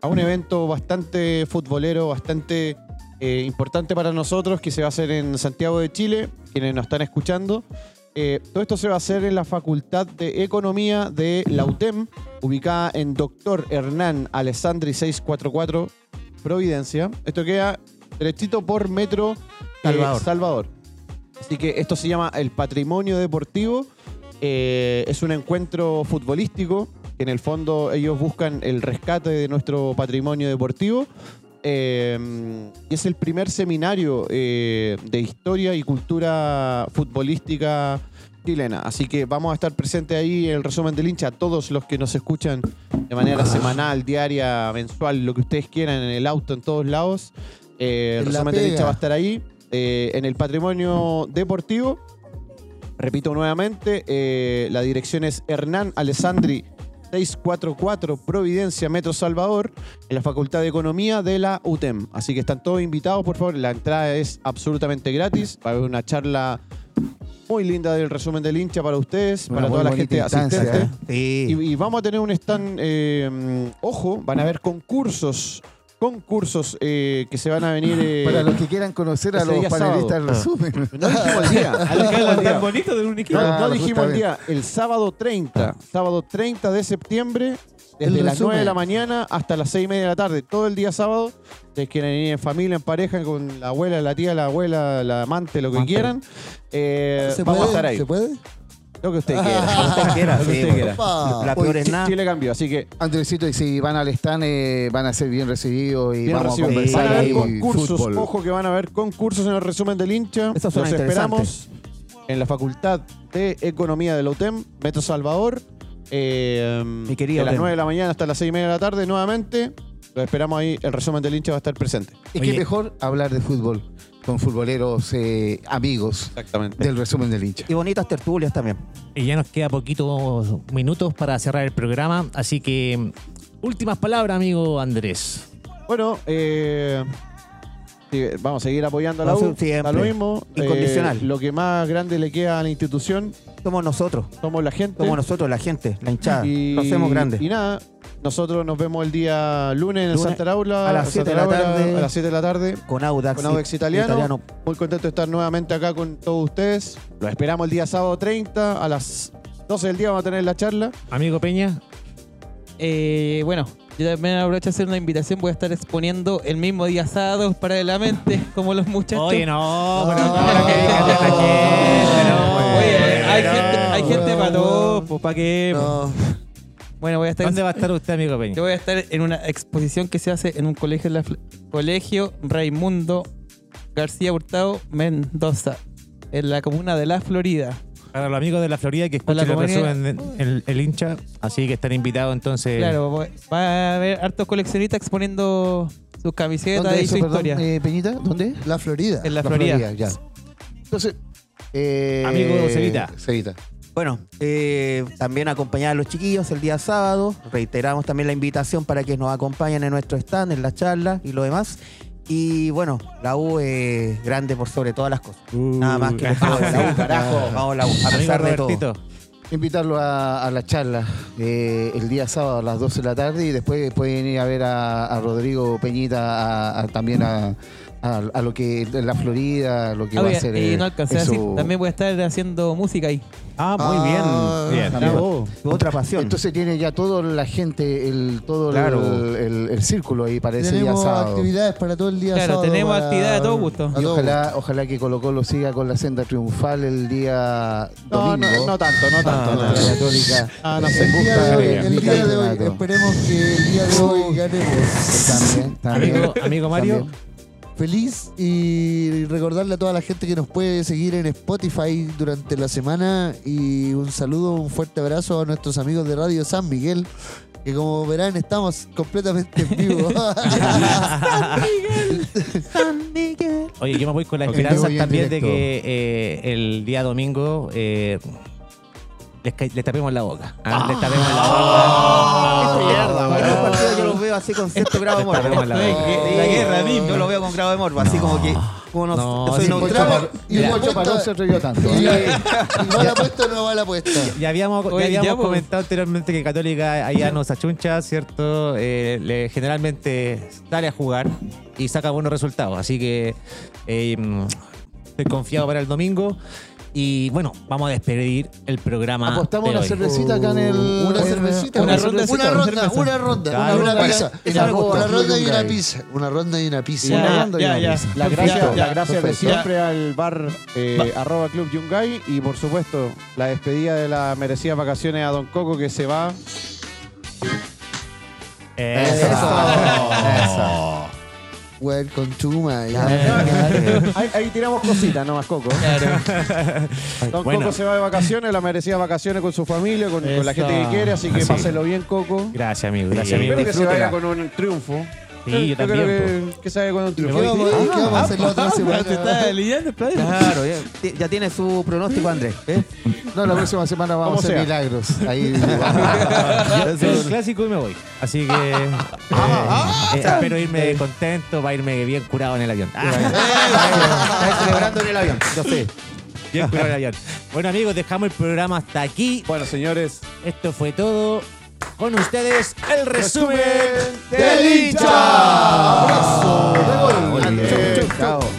F: a un evento bastante futbolero, bastante eh, importante para nosotros, que se va a hacer en Santiago de Chile, quienes nos están escuchando. Eh, todo esto se va a hacer en la Facultad de Economía de la UTEM, ubicada en Doctor Hernán Alessandri 644, Providencia. Esto queda derechito por Metro eh,
E: Salvador.
F: Salvador. Así que esto se llama el patrimonio deportivo. Eh, es un encuentro futbolístico. que En el fondo ellos buscan el rescate de nuestro patrimonio deportivo. Eh, y es el primer seminario eh, de historia y cultura futbolística chilena. Así que vamos a estar presentes ahí en el resumen del hincha. Todos los que nos escuchan de manera semanal, diaria, mensual, lo que ustedes quieran, en el auto, en todos lados. Eh, el
B: En la
F: resumen del
B: pega.
F: hincha va a estar ahí eh, en el patrimonio deportivo. Repito nuevamente, eh, la dirección es Hernán Alessandri 644 Providencia Metro Salvador en la Facultad de Economía de la UTEM. Así que están todos invitados, por favor. La entrada es absolutamente gratis. Va a haber una charla muy linda del resumen del hincha para ustedes,
C: Una
F: para
C: muy
F: toda la
C: bonita
F: gente
C: instancia,
F: asistente.
C: ¿eh?
E: Sí.
F: Y, y vamos a tener un stand, eh, mm, ojo, van a haber concursos, concursos eh, que se van a venir... eh,
C: Para los que quieran conocer a
F: ese
C: los
F: día
C: panelistas
F: sábado.
B: Ah.
C: del resumen.
F: no dijimos el día, no dijimos el día.
D: Tan bonito del un equipo.
F: No, no
C: Claro,
F: dijimos el
C: justamente.
F: día, el sábado 30, sábado 30 de septiembre,
B: El
F: desde las
B: resumen.
F: 9 de la mañana hasta las 6 y media de la tarde, todo el día sábado. Ustedes quieren ir en familia, en pareja, con la abuela, la tía, la abuela, la amante, lo que quieran. eh,
B: ¿Se
F: vamos a
B: puede?
F: estar ahí.
B: ¿Se puede?
F: Lo que usted quiera.
E: Lo que usted quiera,
F: Lo que
E: sí,
F: usted
E: bueno.
F: quiera.
B: Pa.
E: La peor es
F: Chi-
E: nada.
F: Chile cambió, así que
C: Andresito, y si van al stand, eh, van a ser bien recibidos y
F: bien
C: vamos
F: recibido.
C: a conversar.
F: Van a haber
C: ahí
F: concursos,
C: fútbol.
F: ojo que van a haber concursos en el resumen del hincha.
E: Eso
F: Los
E: suena
F: esperamos en la Facultad de Economía de la UTEM, Metro Salvador. eh,
E: Mi querida
F: de las
E: UTEM.
F: 9 de la mañana hasta las 6 y media de la tarde nuevamente. Los esperamos ahí, el resumen del hincha va a estar presente.
C: Es
A: Oye.
C: que mejor hablar de fútbol con futboleros eh, amigos
F: Exactamente.
C: del resumen del hincha.
E: Y bonitas tertulias también.
A: Y ya nos queda poquitos minutos para cerrar el programa, así que últimas palabras, amigo Andrés.
F: Bueno, eh, sí, vamos a seguir apoyando a la U.
E: Vamos a- siempre.
F: da lo mismo. eh,
E: Incondicional.
F: lo que más grande le queda a la institución
E: Somos nosotros.
F: somos la gente.
E: Somos nosotros, la gente, la hinchada.
F: Y-
E: Lo Ah, hacemos grande.
F: Y nada, nosotros nos vemos el día lunes en el
E: Lunes,
F: Santa Aula.
E: a las siete de la tarde. Ah,
F: A las 7 de la tarde.
E: Con Audax.
F: Con Audax Italiano. Muy contento de estar nuevamente acá con todos ustedes. Los esperamos el día sábado 30. A las 12 del día vamos a tener la charla.
A: Amigo Peña,
D: Eh, bueno, yo también aprovecho a hacer una invitación. Voy a estar exponiendo el mismo día sábado paralelamente, como los muchachos.
A: Oye, no, pero no,
B: No.
A: pero que digan de la gente, no.
D: Oh. Oye, hay
A: Pero-
D: gente, hay gente para todo, pues, ¿para qué?
B: No.
D: Bueno, voy a estar
A: ¿Dónde va a estar usted, amigo Peña?
D: Yo voy a estar en una exposición que se hace en un colegio, en la Fl- colegio Raimundo García Hurtado Mendoza, en la comuna de La Florida.
A: Para los amigos de la Florida que
D: Para la
A: escuchan el
D: comunidad.
A: resumen de- el, el hincha, así que están invitados entonces.
D: Claro, voy- va a haber hartos coleccionistas exponiendo sus
C: ¿Dónde
D: camisetas
C: es
D: y
C: eso,
D: su
C: perdón,
D: historia.
C: eh, Peñita? ¿Dónde?
B: La Florida.
D: en La, Florida.
C: ya. Entonces, eh,
A: Amigo Cevita.
C: Cevita.
E: Bueno, eh, también acompañar a los chiquillos el día sábado. Reiteramos también la invitación para que nos acompañen en nuestro stand, en la charla y lo demás. Y bueno, la U es grande por sobre todas las cosas.
A: Uh,
E: Nada más que
F: Uh,
E: les puedo decir. Vamos la U, a
A: Amigo
E: pesar de todo.
A: Robertito,
C: Invitarlo a, a la charla eh, el día sábado a las 12 de la tarde y después pueden ir a ver a, a Rodrigo Peñita a- a- también a, a- a lo que la Florida, lo que
D: Ah,
C: va a
D: bien,
C: hacer.
D: y
C: eh,
D: no alcancé
C: en
D: a decir,
C: su-
D: también voy a estar haciendo música ahí.
E: Ah, muy bien.
B: Ah,
A: bien.
C: también.
E: Otra pasión.
C: Entonces tiene ya toda la gente, el, todo el-
E: Claro.
C: el, el círculo ahí para ese día
B: Tenemos
C: sábado.
B: actividades para todo el día
D: Claro,
B: sábado.
D: tenemos
B: para-
D: actividades a todo gusto.
B: a
C: Y
B: todo
C: ojalá, ojalá que Colo Colo siga con la senda triunfal el día
F: No,
C: domingo.
F: no, no tanto, no tanto.
C: Ah,
F: no,
C: la
F: tanto.
C: Católica.
F: Ah, no sé.
B: El día de hoy, el día de hoy,
C: Campeonato.
B: esperemos que el día de hoy ganemos.
C: También, también.
A: amigo, amigo Mario,
C: También.
B: Feliz y recordarle a toda la gente que nos puede seguir en Spotify durante la semana y un saludo, un fuerte abrazo a nuestros amigos de Radio San Miguel. Que como verán estamos completamente en vivo.
A: oye, yo me voy con la
C: Ok,
A: esperanza
C: yo voy en
A: también de
C: directo.
A: que eh, el día domingo eh, les, ca- les tapemos la boca. Ah, Les tapemos la boca.
E: Mierda, bueno, los partidos yo los veo así con cierto grado de morbo.
A: Estamos en la
E: Sí,
B: La
A: guerra,
E: Yo lo veo con grado de morbo, así como que como no,
A: No,
E: yo soy
A: sí,
E: neutral.
B: Y
C: Y
B: la
C: Pocho
B: apuesta-
C: Parón se atrevió tanto. ¿eh?
B: y la- y va la apuesta o no va la apuesta.
A: Ya habíamos, ya
D: Oye,
A: habíamos
D: ya, pues.
A: comentado anteriormente que Católica allá nos achuncha, ¿cierto? Eh, le- generalmente sale a jugar y saca buenos resultados. Así que eh, mm, estoy confiado para el domingo. Y bueno, vamos a despedir el programa.
C: Apostamos
A: de
C: una
A: hoy.
C: cervecita acá en el.
B: Una cervecita,
D: una
B: una
D: ronda
B: ronda,
D: de
B: una ronda,
D: cerveza.
B: una ronda,
A: Claro, una
B: una pizza,
C: pizza.
B: una
C: Algo
B: una ronda y una
C: también.
B: pizza, una ronda y una pizza.
D: Ya,
C: Una ronda y
D: ya,
C: una
D: ya.
C: pizza.
F: Las gracias,
D: Ya, ya,
F: las gracias de
C: perfecto.
F: siempre al bar eh, arroba Club Yungay y por supuesto la despedida de las merecidas vacaciones a Don Coco que se va.
A: Eso.
B: Welcome to my.
F: Ahí, ahí tiramos cositas nomás, Coco. Don
A: Bueno.
F: Coco se va de vacaciones, las merecidas vacaciones con su familia, con, con la
D: Eso.
F: gente que quiere, así que
A: Así.
F: páselo bien, Coco.
A: Gracias, amigo. Gracias, amigo.
F: Espero que se
C: Disfrútela.
F: vaya con un triunfo.
A: Sí,
F: Eh,
A: yo también,
F: creo que, que se vaya con un
B: ¿Qué
F: triunfo.
B: vamos, a- qué vamos a hacer la otra
D: ¿Te estás
B: semana?
D: aliviando, Flavio?
E: Claro, ya, ya tiene su pronóstico, Andrés. ¿eh?
C: No, la próxima semana vamos a
F: Como
C: hacer
F: sea.
C: milagros. Ahí vamos.
A: Yo soy el clásico y me voy. Así que eh, eh, espero irme contento, va a irme bien curado en el avión. Ah.
E: Está celebrando en el avión. Yo sé.
A: Bien curado en el avión. Bueno, amigos, dejamos el programa hasta aquí.
F: Bueno, señores,
A: Esto fue todo. Con ustedes, el resumen
F: resumen
A: Ah, del hincha.
F: Abrazo de gol.
C: Chau,
F: Chau,
C: chau,
F: chau.
C: chau.